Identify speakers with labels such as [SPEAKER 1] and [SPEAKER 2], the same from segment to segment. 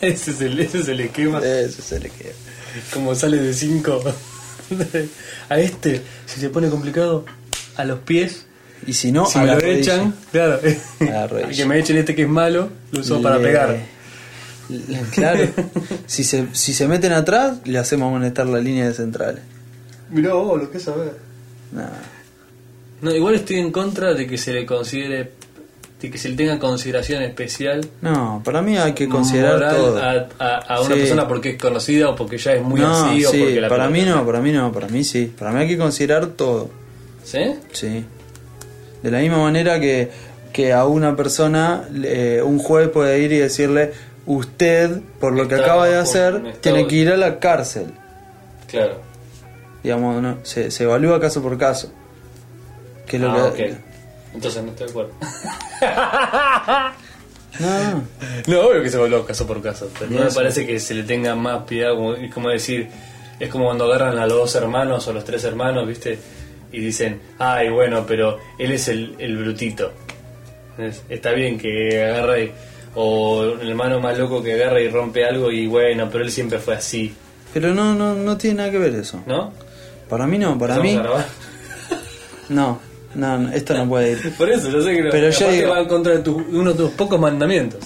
[SPEAKER 1] Ese es el, ese es el esquema.
[SPEAKER 2] Eso se le queda.
[SPEAKER 1] Como sale de 5 a este, si se pone complicado, a los pies.
[SPEAKER 2] Y si no,
[SPEAKER 1] Si
[SPEAKER 2] a
[SPEAKER 1] me
[SPEAKER 2] la
[SPEAKER 1] lo
[SPEAKER 2] rodilla.
[SPEAKER 1] echan, claro.
[SPEAKER 2] la rodilla.
[SPEAKER 1] que me echen este que es malo, lo uso para
[SPEAKER 2] Le-
[SPEAKER 1] pegar.
[SPEAKER 2] le- Claro. si, se, si se meten atrás, le hacemos molestar la línea de centrales.
[SPEAKER 1] Mirá vos, lo que sabés.
[SPEAKER 2] Nah.
[SPEAKER 1] No, igual estoy en contra de que se le considere, de que se le tenga consideración especial
[SPEAKER 2] No, para mí hay que considerar
[SPEAKER 1] moral
[SPEAKER 2] todo.
[SPEAKER 1] A, a- a una
[SPEAKER 2] Sí.
[SPEAKER 1] persona porque es conocida o porque ya es muy
[SPEAKER 2] no,
[SPEAKER 1] así o
[SPEAKER 2] sí,
[SPEAKER 1] porque la
[SPEAKER 2] para mí
[SPEAKER 1] pelota-
[SPEAKER 2] no, para mí no, para mí sí. Para mí hay que considerar todo.
[SPEAKER 1] ¿Sí?
[SPEAKER 2] Sí. De la misma manera que, que a una persona, eh, un juez puede ir y decirle, usted, por lo que
[SPEAKER 1] Está
[SPEAKER 2] acaba de
[SPEAKER 1] bajo-
[SPEAKER 2] hacer,
[SPEAKER 1] me está-
[SPEAKER 2] tiene que ir a la cárcel.
[SPEAKER 1] Claro.
[SPEAKER 2] Digamos, no, se, se evalúa caso por caso. Que es lo
[SPEAKER 1] Ah,
[SPEAKER 2] que-
[SPEAKER 1] ok. Entonces no estoy de acuerdo.
[SPEAKER 2] No, no.
[SPEAKER 1] No, obvio que se evalúa caso por caso, pero no me
[SPEAKER 2] Eso.
[SPEAKER 1] parece que se le tenga más piedad, como, es como decir, es como cuando agarran a los dos hermanos o los tres hermanos, ¿viste? Y dicen, ay, bueno, pero él es el, el brutito. Es- Está bien que agarra y- o el hermano más loco que agarra y rompe algo y bueno, pero él siempre fue así,
[SPEAKER 2] Pero no, no, no tiene nada que ver eso.
[SPEAKER 1] ¿no?
[SPEAKER 2] Para mí no, para mí...
[SPEAKER 1] Empezamos a grabar.
[SPEAKER 2] No, no, no, esto no puede ir.
[SPEAKER 1] Por eso, yo sé que no.
[SPEAKER 2] Pero yo
[SPEAKER 1] aparte
[SPEAKER 2] digo-
[SPEAKER 1] va en contra de, tu- de uno de tus pocos mandamientos.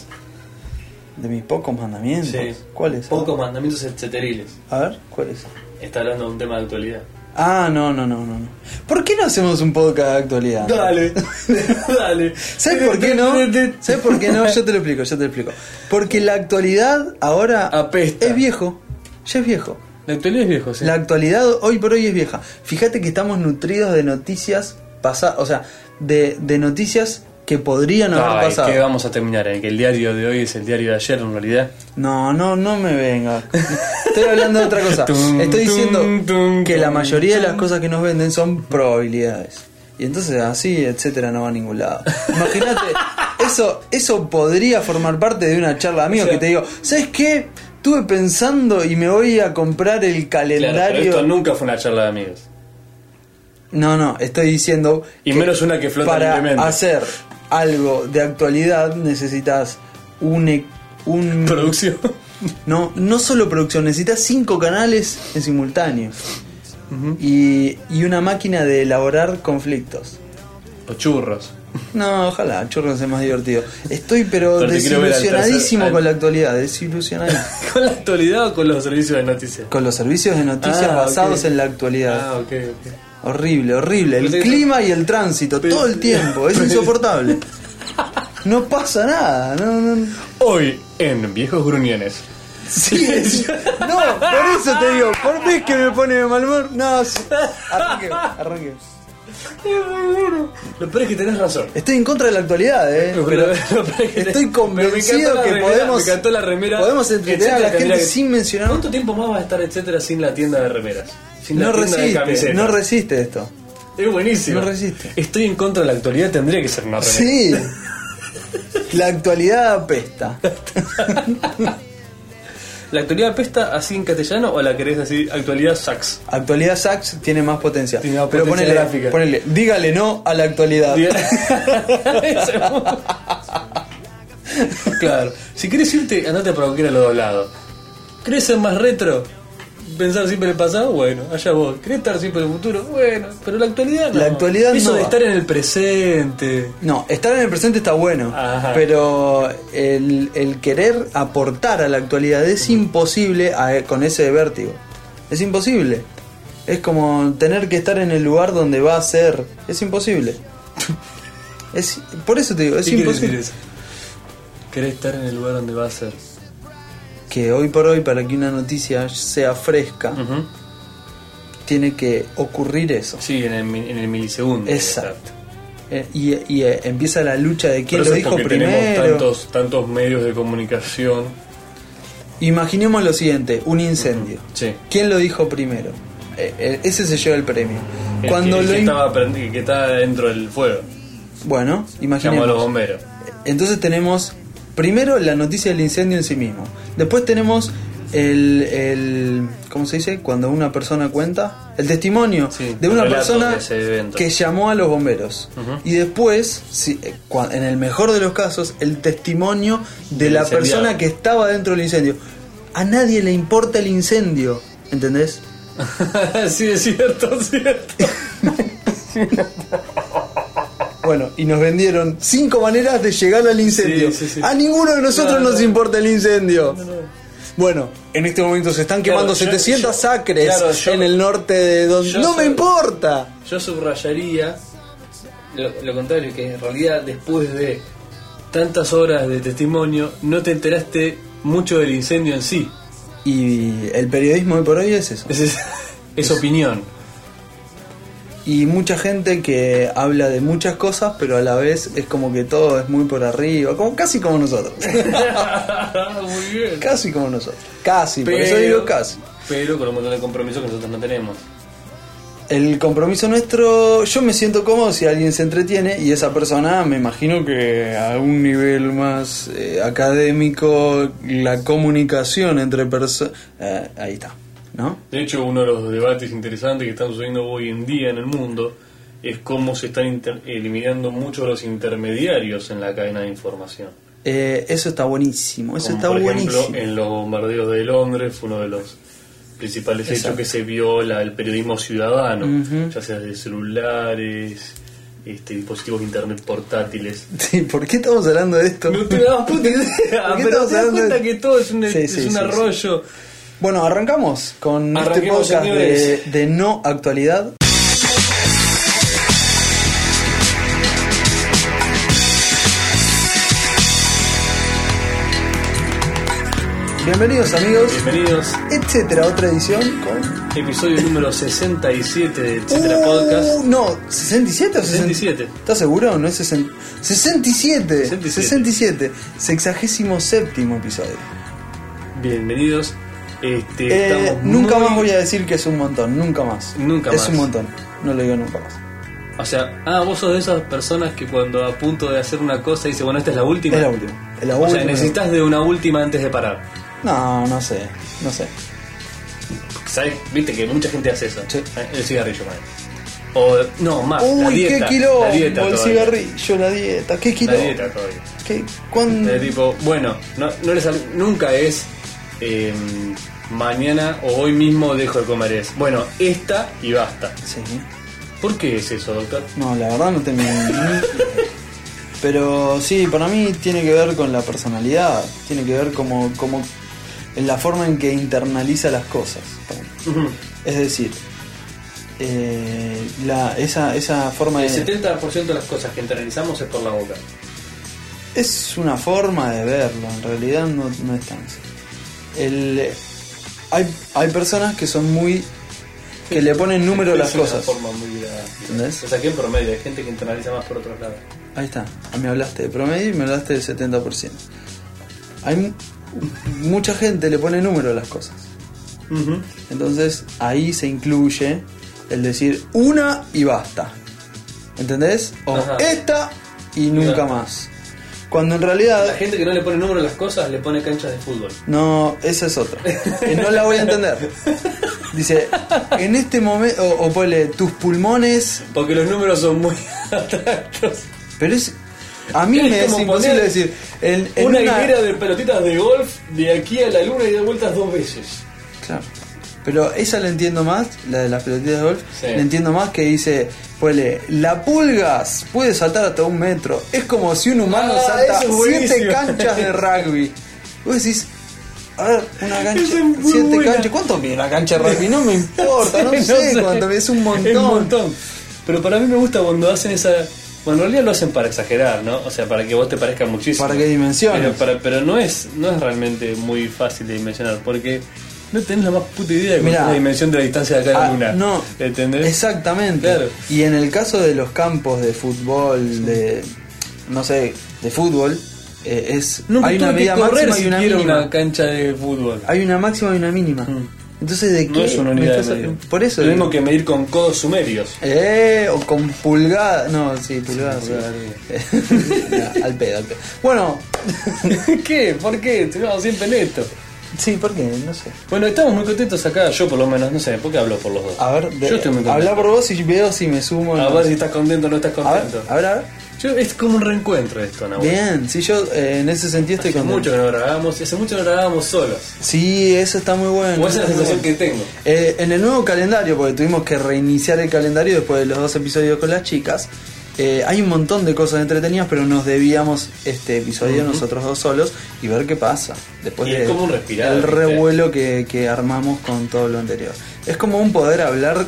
[SPEAKER 2] De mis pocos mandamientos. ¿Cuáles?
[SPEAKER 1] Pocos mandamientos eteriles.
[SPEAKER 2] A ver, ¿cuáles?
[SPEAKER 1] Está hablando de un tema de actualidad.
[SPEAKER 2] Ah, no, no, no, no. no. ¿Por qué no hacemos un podcast de actualidad?
[SPEAKER 1] Dale, dale.
[SPEAKER 2] ¿Sabes por qué no? ¿Sabes por qué no? Yo te lo explico, yo te lo explico. Porque la actualidad ahora
[SPEAKER 1] Apesta.
[SPEAKER 2] es viejo. Ya es viejo.
[SPEAKER 1] La actualidad es viejo, sí.
[SPEAKER 2] La actualidad hoy por hoy es vieja. Fíjate que estamos nutridos de noticias pasadas, o sea, de, de noticias que podrían haber
[SPEAKER 1] Ay,
[SPEAKER 2] pasado.
[SPEAKER 1] ¿qué vamos a terminar? En que el diario de hoy es el diario de ayer, en realidad.
[SPEAKER 2] No, no, no me venga. Estoy hablando de otra cosa.
[SPEAKER 1] Tum,
[SPEAKER 2] Estoy diciendo
[SPEAKER 1] tum, tum,
[SPEAKER 2] que la
[SPEAKER 1] tum,
[SPEAKER 2] mayoría de las
[SPEAKER 1] tum.
[SPEAKER 2] cosas que nos venden son probabilidades. Y entonces así, etcétera, no va a ningún lado. Imagínate, eso, eso podría formar parte de una charla de amigos
[SPEAKER 1] O sea-
[SPEAKER 2] que te digo, ¿sabes qué? Estuve pensando y me voy a comprar el
[SPEAKER 1] Claro, pero
[SPEAKER 2] calendario.
[SPEAKER 1] esto nunca fue una charla de amigos.
[SPEAKER 2] No, no, estoy diciendo.
[SPEAKER 1] Y menos una que flota
[SPEAKER 2] Para
[SPEAKER 1] libremente.
[SPEAKER 2] hacer algo de actualidad necesitas un. e- un
[SPEAKER 1] Producción.
[SPEAKER 2] No, no solo producción, necesitas cinco canales en simultáneo. y, y una máquina de elaborar conflictos.
[SPEAKER 1] O churros.
[SPEAKER 2] No, ojalá, churros es más divertido. Estoy pero
[SPEAKER 1] Pero te quiero ver al
[SPEAKER 2] desilusionadísimo
[SPEAKER 1] tercer-
[SPEAKER 2] con la actualidad, desilusionadísimo.
[SPEAKER 1] ¿Con la actualidad o con los servicios de noticias?
[SPEAKER 2] con los servicios de noticias
[SPEAKER 1] Ah,
[SPEAKER 2] basados
[SPEAKER 1] ok.
[SPEAKER 2] en la actualidad.
[SPEAKER 1] Ah, ok, ok.
[SPEAKER 2] Horrible, horrible. El
[SPEAKER 1] Pero-
[SPEAKER 2] clima y el tránsito,
[SPEAKER 1] Pero-
[SPEAKER 2] todo el tiempo, es
[SPEAKER 1] Pero-
[SPEAKER 2] insoportable. No pasa nada, no, no.
[SPEAKER 1] Hoy en Viejos Gruñones.
[SPEAKER 2] Sí, es- no, por eso te digo, por vez que me pone de mal humor, no, sí. arranque, arranque.
[SPEAKER 1] Lo peor es que tenés razón.
[SPEAKER 2] Estoy en contra de la actualidad, eh,
[SPEAKER 1] Lo-
[SPEAKER 2] pero
[SPEAKER 1] lo- lo peor es que tenés-
[SPEAKER 2] estoy
[SPEAKER 1] pero me
[SPEAKER 2] convencido
[SPEAKER 1] encantó la
[SPEAKER 2] que
[SPEAKER 1] remera,
[SPEAKER 2] podemos,
[SPEAKER 1] me encantó la remera,
[SPEAKER 2] podemos entretener a la
[SPEAKER 1] etcétera,
[SPEAKER 2] gente
[SPEAKER 1] mira que-
[SPEAKER 2] sin mencionar.
[SPEAKER 1] ¿Cuánto tiempo más va a estar etcétera sin la tienda de remeras? Sin la
[SPEAKER 2] No
[SPEAKER 1] tienda de
[SPEAKER 2] resiste,
[SPEAKER 1] camisetas.
[SPEAKER 2] no resiste esto.
[SPEAKER 1] Es buenísimo.
[SPEAKER 2] No resiste.
[SPEAKER 1] Estoy en contra de la actualidad, tendría que ser una remera.
[SPEAKER 2] Sí, la actualidad apesta.
[SPEAKER 1] ¿La actualidad pesta así en castellano o la querés así actualidad sax?
[SPEAKER 2] Actualidad Sax tiene más potencia.
[SPEAKER 1] Tiene más
[SPEAKER 2] pero
[SPEAKER 1] potencia
[SPEAKER 2] ponele,
[SPEAKER 1] gráfica.
[SPEAKER 2] ponele, dígale no a la actualidad.
[SPEAKER 1] claro. Si querés irte, andate a provocar a lo doblado. ¿Querés ser más retro? Pensar siempre en el pasado, bueno, allá vos. ¿Querés estar siempre en el futuro? Bueno, pero la actualidad no.
[SPEAKER 2] La actualidad
[SPEAKER 1] Eso
[SPEAKER 2] no
[SPEAKER 1] de
[SPEAKER 2] va.
[SPEAKER 1] estar en el presente.
[SPEAKER 2] No, estar en el presente está bueno,
[SPEAKER 1] Ajá.
[SPEAKER 2] pero el, el querer aportar a la actualidad es imposible a- con ese vértigo. Es imposible. Es como tener que estar en el lugar donde va a ser. Es imposible. Es, por eso te digo, es
[SPEAKER 1] ¿Qué quiere decir
[SPEAKER 2] imposible.
[SPEAKER 1] eso? Querés estar en el lugar donde va a ser.
[SPEAKER 2] Que hoy por hoy, para que una noticia sea fresca,
[SPEAKER 1] Ah.
[SPEAKER 2] tiene que ocurrir eso.
[SPEAKER 1] Sí, en el, mi- en el milisegundo. debe estar.
[SPEAKER 2] Exacto. Eh, y y, eh, empieza la lucha de quién
[SPEAKER 1] Pero eso
[SPEAKER 2] lo
[SPEAKER 1] es
[SPEAKER 2] dijo
[SPEAKER 1] porque
[SPEAKER 2] primero.
[SPEAKER 1] Tenemos tantos, tantos medios de comunicación.
[SPEAKER 2] Imaginemos lo siguiente, un incendio.
[SPEAKER 1] Sí.
[SPEAKER 2] ¿Quién lo dijo primero? Eh, eh, ese se lleva el premio.
[SPEAKER 1] El
[SPEAKER 2] Cuando
[SPEAKER 1] que, el
[SPEAKER 2] lo
[SPEAKER 1] que
[SPEAKER 2] im-
[SPEAKER 1] estaba prendi- que estaba dentro del fuego.
[SPEAKER 2] Bueno,
[SPEAKER 1] Llamó a los
[SPEAKER 2] imaginemos.
[SPEAKER 1] bomberos.
[SPEAKER 2] Entonces tenemos primero la noticia del incendio en sí mismo. Después tenemos el, el- ¿cómo se dice? Cuando una persona cuenta, el testimonio
[SPEAKER 1] Sí,
[SPEAKER 2] de
[SPEAKER 1] el
[SPEAKER 2] una
[SPEAKER 1] relato de
[SPEAKER 2] persona
[SPEAKER 1] ese evento.
[SPEAKER 2] que llamó a los bomberos.
[SPEAKER 1] Ujú.
[SPEAKER 2] Y después, si- eh, cua- en el mejor de los casos, el testimonio de
[SPEAKER 1] Del
[SPEAKER 2] la
[SPEAKER 1] incendiado.
[SPEAKER 2] persona que estaba dentro del incendio. A nadie le importa el incendio, ¿entendés?
[SPEAKER 1] sí, es cierto, es cierto.
[SPEAKER 2] Bueno, y nos vendieron cinco maneras de llegar al incendio.
[SPEAKER 1] Sí, sí, sí.
[SPEAKER 2] A ninguno de nosotros
[SPEAKER 1] No, no.
[SPEAKER 2] nos importa el incendio. Bueno, en este momento se están quemando
[SPEAKER 1] yo-
[SPEAKER 2] 700
[SPEAKER 1] yo-
[SPEAKER 2] acres
[SPEAKER 1] claro, yo-
[SPEAKER 2] en el norte de donde...
[SPEAKER 1] yo
[SPEAKER 2] ¡No me
[SPEAKER 1] soy-
[SPEAKER 2] importa!
[SPEAKER 1] Yo subrayaría lo, lo contrario, que en realidad después de tantas horas de testimonio no te enteraste mucho del incendio en sí.
[SPEAKER 2] Y el periodismo hoy por hoy es eso.
[SPEAKER 1] Es, es- es opinión.
[SPEAKER 2] Y mucha gente que habla de muchas cosas, pero a la vez es como que todo es muy por arriba, como casi como nosotros.
[SPEAKER 1] Muy bien.
[SPEAKER 2] casi como nosotros. Casi, por eso digo casi.
[SPEAKER 1] pero con un montón de compromisos que nosotros no tenemos.
[SPEAKER 2] El compromiso nuestro, yo me siento cómodo si alguien se entretiene y esa persona me imagino que a un nivel más eh, académico, la comunicación entre personas... ahí está, ¿no?
[SPEAKER 1] De hecho, uno de los debates interesantes que están sucediendo hoy en día en el mundo es cómo se están inter- eliminando muchos los intermediarios en la cadena de información.
[SPEAKER 2] Eh, eso está buenísimo, eso
[SPEAKER 1] Como,
[SPEAKER 2] Pues está
[SPEAKER 1] por ejemplo,
[SPEAKER 2] buenísimo.
[SPEAKER 1] en los bombardeos de Londres fue uno de los principales hechos
[SPEAKER 2] Exacto.
[SPEAKER 1] que se vio la- el periodismo ciudadano,
[SPEAKER 2] Ujú.
[SPEAKER 1] ya sea de celulares, este, dispositivos de internet portátiles.
[SPEAKER 2] Sí, ¿Por qué estamos hablando de esto?
[SPEAKER 1] No te das puta idea,
[SPEAKER 2] ¿Por qué
[SPEAKER 1] Ah, pero
[SPEAKER 2] estamos
[SPEAKER 1] te das
[SPEAKER 2] hablando de-
[SPEAKER 1] cuenta que todo es un,
[SPEAKER 2] Sí,
[SPEAKER 1] es
[SPEAKER 2] sí,
[SPEAKER 1] un
[SPEAKER 2] sí, sí.
[SPEAKER 1] arroyo.
[SPEAKER 2] Bueno, arrancamos con
[SPEAKER 1] Arranquemos,
[SPEAKER 2] este podcast de,
[SPEAKER 1] señores.
[SPEAKER 2] de no actualidad. Bienvenidos amigos,
[SPEAKER 1] Bienvenidos,
[SPEAKER 2] etcétera, otra edición con...
[SPEAKER 1] episodio número 67 de Etcétera Podcast.
[SPEAKER 2] Uh, No, 67
[SPEAKER 1] 67.
[SPEAKER 2] o 67. ¿Estás seguro? No es 60. 67.
[SPEAKER 1] 67.
[SPEAKER 2] 67. Sexagésimo séptimo episodio.
[SPEAKER 1] Bienvenidos. Este,
[SPEAKER 2] Eh,
[SPEAKER 1] estamos
[SPEAKER 2] nunca
[SPEAKER 1] muy-
[SPEAKER 2] más voy a decir que es un montón, nunca más.
[SPEAKER 1] Nunca
[SPEAKER 2] es
[SPEAKER 1] más.
[SPEAKER 2] un montón, no lo digo nunca más.
[SPEAKER 1] O sea, ah, vos sos de esas personas que cuando a punto de hacer una cosa dice, bueno, esta es la última.
[SPEAKER 2] Es la última. Es la
[SPEAKER 1] O
[SPEAKER 2] última.
[SPEAKER 1] sea, necesitas de una última antes de parar.
[SPEAKER 2] No, no sé, no sé.
[SPEAKER 1] ¿Sabes? Viste que mucha gente hace eso.
[SPEAKER 2] Sí.
[SPEAKER 1] Eh, El cigarrillo, madre. O, no, más. Ah, la
[SPEAKER 2] Uy,
[SPEAKER 1] dieta,
[SPEAKER 2] qué kilo.
[SPEAKER 1] La dieta
[SPEAKER 2] el
[SPEAKER 1] todavía.
[SPEAKER 2] cigarrillo, la dieta, qué kilo.
[SPEAKER 1] La dieta todavía.
[SPEAKER 2] ¿Qué, cuán-
[SPEAKER 1] De tipo, bueno, no, no le sal- nunca es eh, mañana o hoy mismo dejo de comer es. Bueno, esta y basta.
[SPEAKER 2] Sí.
[SPEAKER 1] ¿Por qué es eso, doctor?
[SPEAKER 2] No, la verdad no tengo ni idea. Pero sí, para mí tiene que ver con la personalidad, tiene que ver como, como en la forma en que internaliza las cosas. para mí. Es decir, eh, la, esa, esa forma
[SPEAKER 1] El
[SPEAKER 2] de...
[SPEAKER 1] 70% de las cosas que internalizamos es por la boca.
[SPEAKER 2] Es una forma de verlo, en realidad no, no es tan así. El- hay, hay personas que son muy. que le ponen número a las
[SPEAKER 1] Es una
[SPEAKER 2] cosas.
[SPEAKER 1] forma muy gráfica.
[SPEAKER 2] ¿Entendés?
[SPEAKER 1] Lo saqué en promedio, hay gente que internaliza más por otros lados.
[SPEAKER 2] Ahí está, ah, me hablaste de promedio y me hablaste del 70%. Hay mu- mucha gente le pone número a las cosas. Entonces ahí se incluye el decir una y basta. ¿Entendés? O
[SPEAKER 1] Ajá.
[SPEAKER 2] esta y nunca
[SPEAKER 1] Claro.
[SPEAKER 2] más. Cuando en realidad.
[SPEAKER 1] La gente que no le pone número a las cosas le pone canchas de fútbol.
[SPEAKER 2] No, esa es otra. Que no la voy a entender. Dice, en este momento, o, o ponle, tus pulmones,
[SPEAKER 1] Porque los números son muy atractos.
[SPEAKER 2] pero es... A mí
[SPEAKER 1] Es
[SPEAKER 2] me es
[SPEAKER 1] como
[SPEAKER 2] imposible
[SPEAKER 1] poner
[SPEAKER 2] decir... En, en
[SPEAKER 1] Una hilera de pelotitas de golf de aquí a la luna y de vueltas dos veces.
[SPEAKER 2] Claro. Pero esa la entiendo más, la de las pelotitas de golf,
[SPEAKER 1] Sí.
[SPEAKER 2] la entiendo más que dice, ponle, la pulgas puede saltar hasta un metro. Es como si un humano
[SPEAKER 1] Ah,
[SPEAKER 2] salta
[SPEAKER 1] eso es
[SPEAKER 2] siete
[SPEAKER 1] buenísimo.
[SPEAKER 2] canchas de rugby. Vos decís... A ver, una cancha,
[SPEAKER 1] Esa es muy
[SPEAKER 2] siete
[SPEAKER 1] buena.
[SPEAKER 2] canchas. ¿Cuánto mide una cancha de rugby? No me importa, no,
[SPEAKER 1] Sí,
[SPEAKER 2] sé, cuánto mide, es un montón.
[SPEAKER 1] Es un montón. Pero para mí me gusta cuando hacen esa. Bueno, en realidad lo hacen para exagerar, ¿no? O sea, para que vos te parezca muchísimo.
[SPEAKER 2] Para que dimensiones.
[SPEAKER 1] Pero, para- pero no es no es realmente muy fácil de dimensionar, porque no tenés la más puta idea de cuál
[SPEAKER 2] Mirá.
[SPEAKER 1] es la dimensión de la distancia de acá a la
[SPEAKER 2] Ah,
[SPEAKER 1] luna.
[SPEAKER 2] No,
[SPEAKER 1] ¿Entendés?
[SPEAKER 2] Exactamente.
[SPEAKER 1] Claro.
[SPEAKER 2] Y en el caso de los campos de fútbol, de no sé, de fútbol, eh, es
[SPEAKER 1] Nunca
[SPEAKER 2] hay una
[SPEAKER 1] tuve que
[SPEAKER 2] medida
[SPEAKER 1] correr
[SPEAKER 2] máxima y una
[SPEAKER 1] siquiera
[SPEAKER 2] mínima.
[SPEAKER 1] una cancha de fútbol.
[SPEAKER 2] Hay una máxima y una mínima.
[SPEAKER 1] Mm.
[SPEAKER 2] Entonces de qué
[SPEAKER 1] No es una
[SPEAKER 2] me
[SPEAKER 1] unidad de
[SPEAKER 2] estás-
[SPEAKER 1] medida.
[SPEAKER 2] Por eso.
[SPEAKER 1] Lo
[SPEAKER 2] digo.
[SPEAKER 1] mismo que medir con codos sumerios.
[SPEAKER 2] Eh, o con pulgada, no, sí, pulgada. sí. No, al pedo, al pedo. Bueno,
[SPEAKER 1] ¿Qué? ¿Por qué? Estuvimos siempre en esto.
[SPEAKER 2] Sí, ¿por qué? No sé.
[SPEAKER 1] Bueno, estamos muy contentos acá, yo por lo menos, no sé, ¿por qué hablo por los dos?
[SPEAKER 2] A ver, de-
[SPEAKER 1] yo estoy muy
[SPEAKER 2] habla
[SPEAKER 1] contento.
[SPEAKER 2] por vos y veo si me sumo.
[SPEAKER 1] A
[SPEAKER 2] ¿no?
[SPEAKER 1] ver si estás contento o no estás
[SPEAKER 2] a ver,
[SPEAKER 1] contento.
[SPEAKER 2] a ver, a ver.
[SPEAKER 1] Yo, es como un reencuentro esto, Nahuel.
[SPEAKER 2] Bien, sí, yo eh, en ese sentido estoy
[SPEAKER 1] Hace
[SPEAKER 2] contento.
[SPEAKER 1] mucho que no grabábamos, y hace mucho que no grabábamos solos.
[SPEAKER 2] Sí, eso está muy bueno.
[SPEAKER 1] O esa es la sensación que tengo.
[SPEAKER 2] Eh, en el nuevo calendario, porque tuvimos que reiniciar el calendario después de los dos episodios con las chicas, eh, hay un montón de cosas entretenidas, pero nos debíamos este episodio nosotros dos solos y ver qué pasa. Después
[SPEAKER 1] Y es
[SPEAKER 2] de
[SPEAKER 1] como un respirar,
[SPEAKER 2] el
[SPEAKER 1] ¿viste?
[SPEAKER 2] revuelo que, que armamos con todo lo anterior. Es como un poder hablar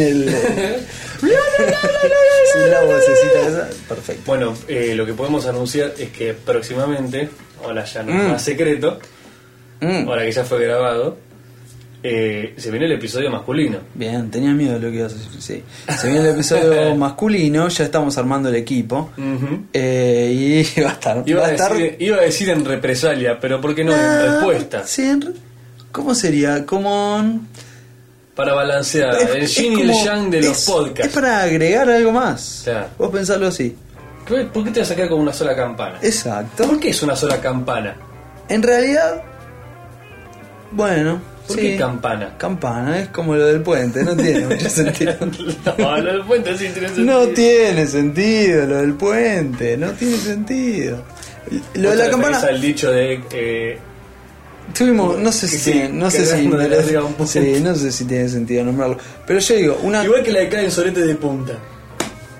[SPEAKER 2] el. sin la vocecita esa. Perfecto.
[SPEAKER 1] Bueno, eh, lo que podemos anunciar es que próximamente, ahora ya no es
[SPEAKER 2] Mm.
[SPEAKER 1] más secreto,
[SPEAKER 2] Mm.
[SPEAKER 1] ahora que ya fue grabado, eh, se viene el episodio masculino.
[SPEAKER 2] Bien, tenía miedo de lo que ibas a decir. Sí. Se viene el episodio masculino, ya estamos armando el equipo.
[SPEAKER 1] Ujú.
[SPEAKER 2] Eh, y va a estar.
[SPEAKER 1] Iba
[SPEAKER 2] va
[SPEAKER 1] a,
[SPEAKER 2] a estar-
[SPEAKER 1] decir, iba a decir en represalia, pero ¿por qué no en respuesta?
[SPEAKER 2] Sí, en re- ¿Cómo sería? Como.
[SPEAKER 1] Para balancear
[SPEAKER 2] es-
[SPEAKER 1] el
[SPEAKER 2] es
[SPEAKER 1] yin y el
[SPEAKER 2] como-
[SPEAKER 1] yang de los
[SPEAKER 2] es- Es
[SPEAKER 1] podcasts.
[SPEAKER 2] para agregar algo más.
[SPEAKER 1] Claro.
[SPEAKER 2] Vos pensarlo así.
[SPEAKER 1] ¿Qué- ¿Por qué te vas a quedar con una sola campana?
[SPEAKER 2] Exacto.
[SPEAKER 1] ¿Por qué es una sola campana?
[SPEAKER 2] En realidad. Bueno.
[SPEAKER 1] ¿Por
[SPEAKER 2] sí.
[SPEAKER 1] qué campana?
[SPEAKER 2] Campana, es como lo del puente, no tiene mucho sentido.
[SPEAKER 1] no, lo del puente sí tiene sentido.
[SPEAKER 2] No tiene sentido lo del puente, no tiene sentido. Lo de
[SPEAKER 1] Vos
[SPEAKER 2] la
[SPEAKER 1] te
[SPEAKER 2] campana.
[SPEAKER 1] referís al dicho de eh,
[SPEAKER 2] Tuvimos, no sé si,
[SPEAKER 1] Sí,
[SPEAKER 2] tiene, no sé si,
[SPEAKER 1] cagando de la verga un puente.
[SPEAKER 2] sí, no sé si tiene sentido nombrarlo. Pero yo digo, una
[SPEAKER 1] igual que la de caen sorete de punta.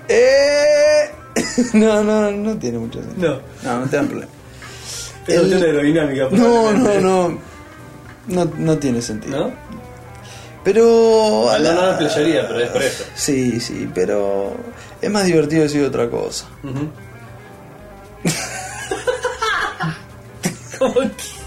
[SPEAKER 2] Eh, no, no, no tiene mucho sentido.
[SPEAKER 1] No,
[SPEAKER 2] No, no te dan problema.
[SPEAKER 1] pero
[SPEAKER 2] El-
[SPEAKER 1] tiene aerodinámica.
[SPEAKER 2] No, no,
[SPEAKER 1] probablemente.
[SPEAKER 2] no. No, no tiene sentido.
[SPEAKER 1] ¿No?
[SPEAKER 2] Pero.
[SPEAKER 1] Ah, no, no la playaría, pero es por eso.
[SPEAKER 2] Sí, sí, pero. Es más divertido decir otra cosa.
[SPEAKER 1] Ujú. ¿Cómo que?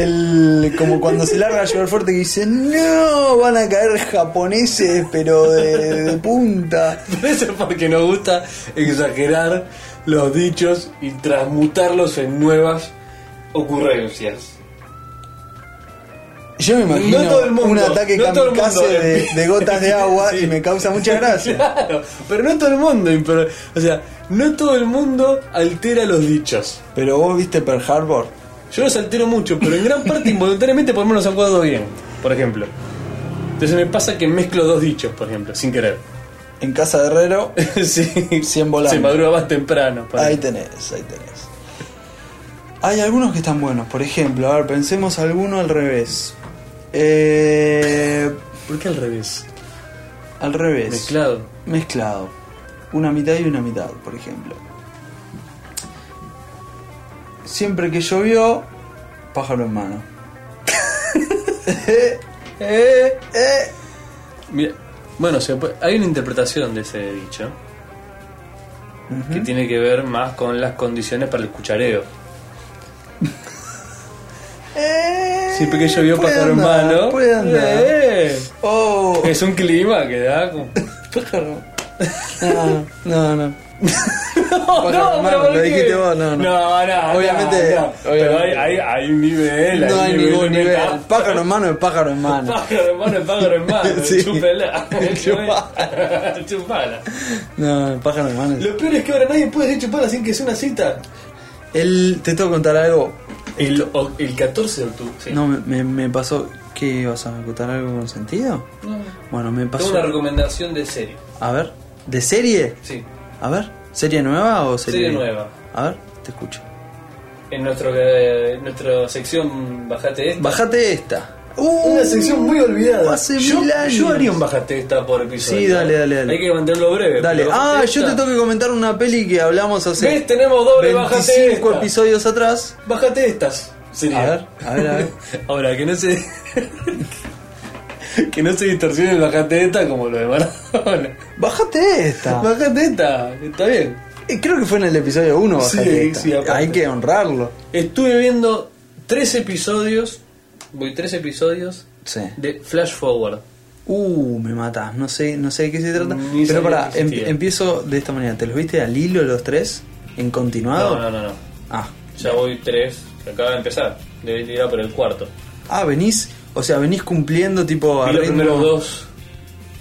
[SPEAKER 2] El, como cuando se larga a llover fuerte que dicen, no, van a caer japoneses, pero de, de punta.
[SPEAKER 1] Pero Eso es porque nos gusta exagerar los dichos y transmutarlos en nuevas ocurrencias.
[SPEAKER 2] Yo me imagino
[SPEAKER 1] No todo el mundo,
[SPEAKER 2] un ataque
[SPEAKER 1] no todo el mundo.
[SPEAKER 2] kamikaze de, de gotas de agua
[SPEAKER 1] Sí.
[SPEAKER 2] y me causa mucha gracia.
[SPEAKER 1] Claro, pero no todo el mundo, impro- o sea, no todo el mundo altera los dichos.
[SPEAKER 2] Pero vos viste Pearl Harbor.
[SPEAKER 1] Yo los altero mucho, pero en gran parte involuntariamente por lo menos acuerdo bien, por ejemplo. Entonces me pasa que mezclo dos dichos, por ejemplo, sin querer.
[SPEAKER 2] En casa de Herrero,
[SPEAKER 1] sí,
[SPEAKER 2] Cien volando.
[SPEAKER 1] Se madruga más temprano. por
[SPEAKER 2] ahí
[SPEAKER 1] ejemplo.
[SPEAKER 2] tenés, ahí tenés. Hay algunos que están buenos, por ejemplo, a ver, pensemos alguno al revés. Eh,
[SPEAKER 1] ¿Por qué al revés?
[SPEAKER 2] al revés.
[SPEAKER 1] Mezclado.
[SPEAKER 2] Mezclado. Una mitad y una mitad, por ejemplo. Siempre que llovió, pájaro en mano. eh, eh, eh.
[SPEAKER 1] Mira, bueno, se puede- hay una interpretación de ese dicho que
[SPEAKER 2] Ujú.
[SPEAKER 1] tiene que ver más con las condiciones para el cuchareo.
[SPEAKER 2] Eh,
[SPEAKER 1] Siempre que llovió
[SPEAKER 2] puede
[SPEAKER 1] pájaro en
[SPEAKER 2] andar,
[SPEAKER 1] mano.
[SPEAKER 2] puede andar.
[SPEAKER 1] eh,
[SPEAKER 2] Oh.
[SPEAKER 1] es un clima que da. como-
[SPEAKER 2] Pájaro. No, no, no.
[SPEAKER 1] No,
[SPEAKER 2] Pájaro en mano,
[SPEAKER 1] ¿por
[SPEAKER 2] lo
[SPEAKER 1] qué?
[SPEAKER 2] dijiste vos, no, no.
[SPEAKER 1] No, no,
[SPEAKER 2] Obviamente,
[SPEAKER 1] no, no. Pero hay,
[SPEAKER 2] obviamente.
[SPEAKER 1] hay, hay un nivel.
[SPEAKER 2] No hay
[SPEAKER 1] un
[SPEAKER 2] ningún
[SPEAKER 1] de
[SPEAKER 2] nivel.
[SPEAKER 1] metáfora.
[SPEAKER 2] Pájaro en mano es pájaro en mano.
[SPEAKER 1] Pájaro en mano, pájaro en mano.
[SPEAKER 2] Sí.
[SPEAKER 1] Chúpela.
[SPEAKER 2] Chupala.
[SPEAKER 1] Chupala.
[SPEAKER 2] No, pájaro en mano. es-
[SPEAKER 1] Lo peor es que ahora nadie puede decir chupala sin que sea una cita.
[SPEAKER 2] El, te tengo que contar algo.
[SPEAKER 1] El, o- el 14 de octubre. sí.
[SPEAKER 2] No, me, me, me pasó. ¿Qué vas a contar algo con sentido?
[SPEAKER 1] No.
[SPEAKER 2] Bueno, me
[SPEAKER 1] Tengo
[SPEAKER 2] pasó.
[SPEAKER 1] una recomendación de serie.
[SPEAKER 2] A ver, ¿de serie?
[SPEAKER 1] Sí.
[SPEAKER 2] A ver, ¿serie nueva o serie?
[SPEAKER 1] Serie nueva.
[SPEAKER 2] A ver, te escucho.
[SPEAKER 1] En nuestro, eh, nuestra sección Bajate esta.
[SPEAKER 2] Bajate esta. Uh,
[SPEAKER 1] una sección muy olvidada.
[SPEAKER 2] Hace
[SPEAKER 1] yo,
[SPEAKER 2] mil años.
[SPEAKER 1] yo haría un bajate esta por episodio.
[SPEAKER 2] Sí, dale, dale, dale.
[SPEAKER 1] Hay que mantenerlo breve.
[SPEAKER 2] Dale.
[SPEAKER 1] pero
[SPEAKER 2] Ah,
[SPEAKER 1] bajate
[SPEAKER 2] yo te
[SPEAKER 1] esta.
[SPEAKER 2] tengo que comentar una peli que hablamos hace.
[SPEAKER 1] ¿Ves? Tenemos doble bajate
[SPEAKER 2] 25
[SPEAKER 1] esta.
[SPEAKER 2] episodios atrás.
[SPEAKER 1] Bajate estas. Sería.
[SPEAKER 2] A ver, a ver, a ver.
[SPEAKER 1] Ahora, que no se. que no se distorsione el bajate esta como lo de Maradona.
[SPEAKER 2] Bájate esta.
[SPEAKER 1] Bajate esta, está bien.
[SPEAKER 2] Eh, Creo que fue en el episodio 1.
[SPEAKER 1] Sí,
[SPEAKER 2] Bájate esta.
[SPEAKER 1] sí, aparte.
[SPEAKER 2] Hay que honrarlo.
[SPEAKER 1] Estuve viendo tres episodios. Voy tres episodios
[SPEAKER 2] Sí.
[SPEAKER 1] de Flash Forward.
[SPEAKER 2] Uh, me matas. No sé, no sé de qué se trata.
[SPEAKER 1] Ni
[SPEAKER 2] Pero
[SPEAKER 1] sabía
[SPEAKER 2] pará,
[SPEAKER 1] que existía.
[SPEAKER 2] em- empiezo de esta manera. ¿Te los viste al hilo los tres? ¿En continuado?
[SPEAKER 1] No, no, no, no.
[SPEAKER 2] Ah.
[SPEAKER 1] Ya voy tres. que Acaba de empezar. Debí tirar por el cuarto.
[SPEAKER 2] Ah, venís. O sea, venís cumpliendo tipo. a
[SPEAKER 1] Vi los
[SPEAKER 2] ritmo-
[SPEAKER 1] primeros dos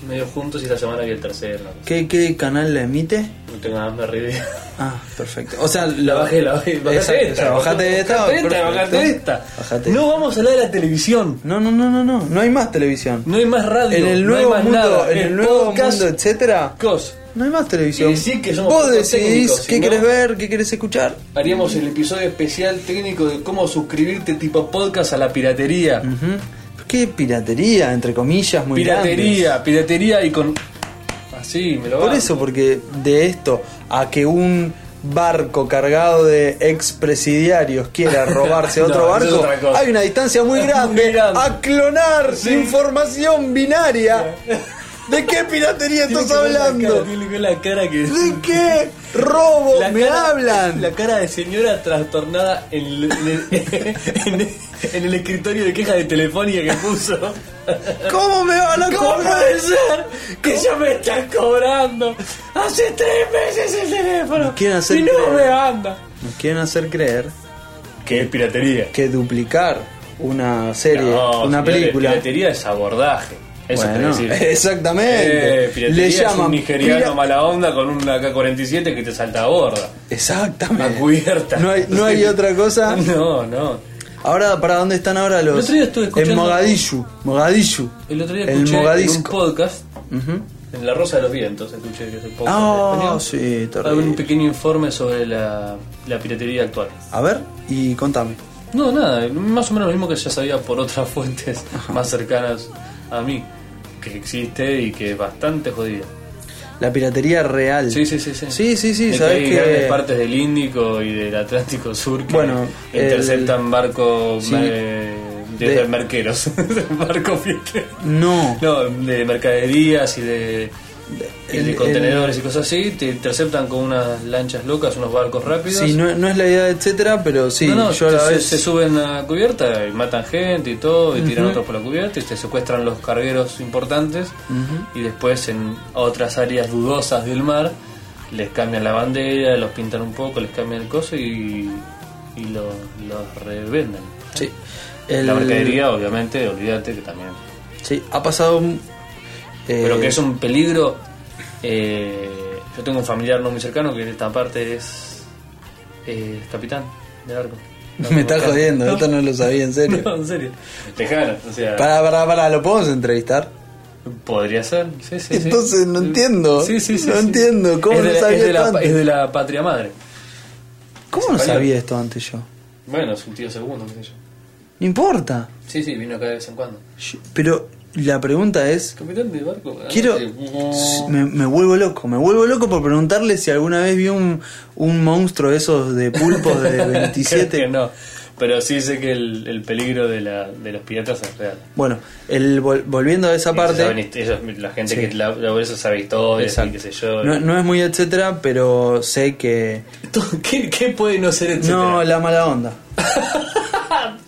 [SPEAKER 1] medio juntos y la semana vi el tercero. ¿no?
[SPEAKER 2] ¿Qué, qué canal la emite?
[SPEAKER 1] El tengo más me arriba.
[SPEAKER 2] Ah, perfecto. O sea,
[SPEAKER 1] La
[SPEAKER 2] lo
[SPEAKER 1] bajé, la bajé. Bajate
[SPEAKER 2] Exacto,
[SPEAKER 1] esta.
[SPEAKER 2] o sea, bajate esta.
[SPEAKER 1] Bajate esta,
[SPEAKER 2] perfecto.
[SPEAKER 1] bajate esta.
[SPEAKER 2] Bajate
[SPEAKER 1] No vamos a hablar de la televisión.
[SPEAKER 2] No, no, no, no, no. No hay más televisión.
[SPEAKER 1] No hay más radio.
[SPEAKER 2] en el
[SPEAKER 1] no hay
[SPEAKER 2] nuevo
[SPEAKER 1] más
[SPEAKER 2] mundo,
[SPEAKER 1] nada.
[SPEAKER 2] en el nuevo
[SPEAKER 1] podcast,
[SPEAKER 2] mundo, etcétera,
[SPEAKER 1] cos.
[SPEAKER 2] no hay más televisión.
[SPEAKER 1] Y decir que somos
[SPEAKER 2] Vos
[SPEAKER 1] pocos
[SPEAKER 2] decidís
[SPEAKER 1] técnicos,
[SPEAKER 2] qué
[SPEAKER 1] si no-
[SPEAKER 2] querés ver, qué querés escuchar.
[SPEAKER 1] Haríamos el episodio especial técnico de cómo suscribirte tipo podcast a la piratería.
[SPEAKER 2] Ujú. Qué piratería, entre comillas, muy grande.
[SPEAKER 1] piratería, piratería y con. Así, me lo
[SPEAKER 2] Por
[SPEAKER 1] banco.
[SPEAKER 2] eso, porque de esto a que un barco cargado de expresidiarios quiera robarse
[SPEAKER 1] No,
[SPEAKER 2] otro
[SPEAKER 1] eso es
[SPEAKER 2] barco,
[SPEAKER 1] otra cosa.
[SPEAKER 2] hay una distancia muy
[SPEAKER 1] Muy
[SPEAKER 2] grande,
[SPEAKER 1] grande.
[SPEAKER 2] a clonar información binaria. ¿De qué piratería
[SPEAKER 1] Tiene
[SPEAKER 2] estás
[SPEAKER 1] que ver la
[SPEAKER 2] hablando?
[SPEAKER 1] cara, tiene que ver la cara que.
[SPEAKER 2] ¿De qué robo
[SPEAKER 1] La
[SPEAKER 2] me
[SPEAKER 1] cara-
[SPEAKER 2] hablan?
[SPEAKER 1] La cara de señora trastornada en el, en el- en el- en el escritorio de queja de telefonía que puso.
[SPEAKER 2] ¿Cómo me van a
[SPEAKER 1] ¿Cómo puede
[SPEAKER 2] cobrar?
[SPEAKER 1] ser que ya me están cobrando? Hace tres meses el teléfono.
[SPEAKER 2] Me quieren hacer
[SPEAKER 1] y no
[SPEAKER 2] creer.
[SPEAKER 1] me anda.
[SPEAKER 2] Nos quieren hacer creer
[SPEAKER 1] ¿Qué es piratería?
[SPEAKER 2] que duplicar una serie,
[SPEAKER 1] No,
[SPEAKER 2] una
[SPEAKER 1] señores,
[SPEAKER 2] película.
[SPEAKER 1] Piratería es abordaje. Eso
[SPEAKER 2] Bueno,
[SPEAKER 1] te decir.
[SPEAKER 2] exactamente.
[SPEAKER 1] Eh, piratería
[SPEAKER 2] Le
[SPEAKER 1] es
[SPEAKER 2] llaman
[SPEAKER 1] un nigeriano
[SPEAKER 2] pira-
[SPEAKER 1] mala onda con una K-47 que te salta a borda. A
[SPEAKER 2] Exactamente.
[SPEAKER 1] cubierta.
[SPEAKER 2] No hay, no hay otra cosa.
[SPEAKER 1] No, no.
[SPEAKER 2] Ahora, ¿para dónde están ahora los?
[SPEAKER 1] El otro día estuve escuchando-
[SPEAKER 2] En Mogadishu. Mogadishu.
[SPEAKER 1] El otro día
[SPEAKER 2] El
[SPEAKER 1] escuché en un
[SPEAKER 2] Mogadisco.
[SPEAKER 1] podcast,
[SPEAKER 2] Ujú.
[SPEAKER 1] en La Rosa de los Vientos, escuché que es un podcast
[SPEAKER 2] Ah,
[SPEAKER 1] en español,
[SPEAKER 2] sí, terrible.
[SPEAKER 1] hago un pequeño informe sobre la, la piratería actual.
[SPEAKER 2] A ver, y contame.
[SPEAKER 1] No, nada, más o menos lo mismo que ya sabía por otras fuentes más cercanas a mí, que existe y que es bastante jodida.
[SPEAKER 2] La piratería real.
[SPEAKER 1] Sí, sí, sí. Sí,
[SPEAKER 2] Sí, sí, sí,
[SPEAKER 1] De
[SPEAKER 2] sabés
[SPEAKER 1] hay
[SPEAKER 2] que-
[SPEAKER 1] grandes partes del Índico y del Atlántico Sur que
[SPEAKER 2] Bueno, el-
[SPEAKER 1] interceptan barcos
[SPEAKER 2] Sí.
[SPEAKER 1] eh, de,
[SPEAKER 2] De-
[SPEAKER 1] merqueros, barcos fiesteros.
[SPEAKER 2] No.
[SPEAKER 1] No, de mercaderías y de, y de
[SPEAKER 2] El- el-
[SPEAKER 1] contenedores y cosas así, te interceptan con unas lanchas locas, unos barcos rápidos.
[SPEAKER 2] Sí, no, no es la idea, etcétera, pero sí,
[SPEAKER 1] No, no,
[SPEAKER 2] yo a
[SPEAKER 1] te-
[SPEAKER 2] la
[SPEAKER 1] se,
[SPEAKER 2] vez.
[SPEAKER 1] se suben a cubierta y matan gente y todo, y tiran otros por la cubierta y te secuestran los cargueros importantes y después en otras áreas dudosas del mar les cambian la bandera, los pintan un poco, les cambian el coso y, y los los revenden.
[SPEAKER 2] Sí. El-
[SPEAKER 1] La mercadería, obviamente, olvídate que también.
[SPEAKER 2] Sí, ha pasado. un- eh,
[SPEAKER 1] Pero que es un peligro. eh, yo tengo un familiar no muy cercano que en esta parte es, eh, capitán de barco.
[SPEAKER 2] Me está jodiendo,
[SPEAKER 1] No.
[SPEAKER 2] esto no lo sabía, en serio.
[SPEAKER 1] No, en serio. Lejano, o sea.
[SPEAKER 2] Para, para, para, ¿lo podemos entrevistar?
[SPEAKER 1] Podría ser, sí, sí. sí.
[SPEAKER 2] Entonces, no entiendo.
[SPEAKER 1] Sí, sí, sí.
[SPEAKER 2] No
[SPEAKER 1] sí.
[SPEAKER 2] entiendo, ¿cómo
[SPEAKER 1] es
[SPEAKER 2] no
[SPEAKER 1] de, la-
[SPEAKER 2] sabía
[SPEAKER 1] es de la,
[SPEAKER 2] tanto?
[SPEAKER 1] es de la patria madre.
[SPEAKER 2] ¿Cómo no
[SPEAKER 1] Español.
[SPEAKER 2] sabía esto antes yo?
[SPEAKER 1] Bueno, es un tío segundo, qué sé yo.
[SPEAKER 2] No importa.
[SPEAKER 1] Sí, sí, vino acá de vez en cuando.
[SPEAKER 2] Yo- Pero la pregunta es.
[SPEAKER 1] Capitán de barco. ah,
[SPEAKER 2] Quiero.
[SPEAKER 1] sí.
[SPEAKER 2] Me, me vuelvo loco, me vuelvo loco por preguntarle si alguna vez vio un, un monstruo de esos de pulpos de
[SPEAKER 1] Creo
[SPEAKER 2] 27.
[SPEAKER 1] que no. Pero sí sé que el, el peligro de, la, de los piratas es real.
[SPEAKER 2] Bueno, el, vol- volviendo a esa
[SPEAKER 1] Ellos saben
[SPEAKER 2] parte.
[SPEAKER 1] hist- ellos- la gente
[SPEAKER 2] Sí.
[SPEAKER 1] que la, la- eso sabe historias y
[SPEAKER 2] Exacto.
[SPEAKER 1] qué sé yo.
[SPEAKER 2] No, no es muy etcétera, pero sé que.
[SPEAKER 1] ¿Qué, qué puede no ser etcétera?
[SPEAKER 2] No, la mala onda.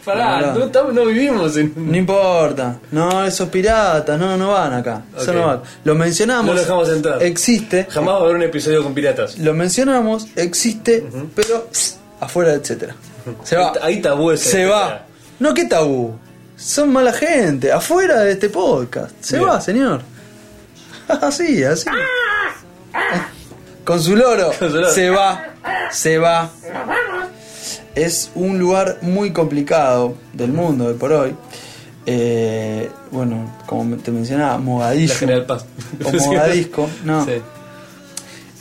[SPEAKER 1] Pará,
[SPEAKER 2] no, no.
[SPEAKER 1] no, estamos- no vivimos en.
[SPEAKER 2] No importa. No, esos piratas, no, no van acá. Eso
[SPEAKER 1] Ok.
[SPEAKER 2] no van. Lo mencionamos.
[SPEAKER 1] No lo dejamos entrar.
[SPEAKER 2] Existe.
[SPEAKER 1] Jamás va a haber un episodio con piratas.
[SPEAKER 2] Lo mencionamos, existe, pero pss, afuera, etcétera. Se va.
[SPEAKER 1] Ahí tabú ese,
[SPEAKER 2] Se
[SPEAKER 1] etcétera.
[SPEAKER 2] va. No, qué tabú. Son mala gente, afuera de este podcast. Se
[SPEAKER 1] Bien.
[SPEAKER 2] va, señor. Así, así. Con su loro.
[SPEAKER 1] Con su loro.
[SPEAKER 2] Se va. Se va. Es un lugar muy complicado del mundo de por hoy. Eh, bueno, como te mencionaba,
[SPEAKER 1] La
[SPEAKER 2] Mogadishu.
[SPEAKER 1] General Paz.
[SPEAKER 2] O Mogadisco, no.
[SPEAKER 1] Sí.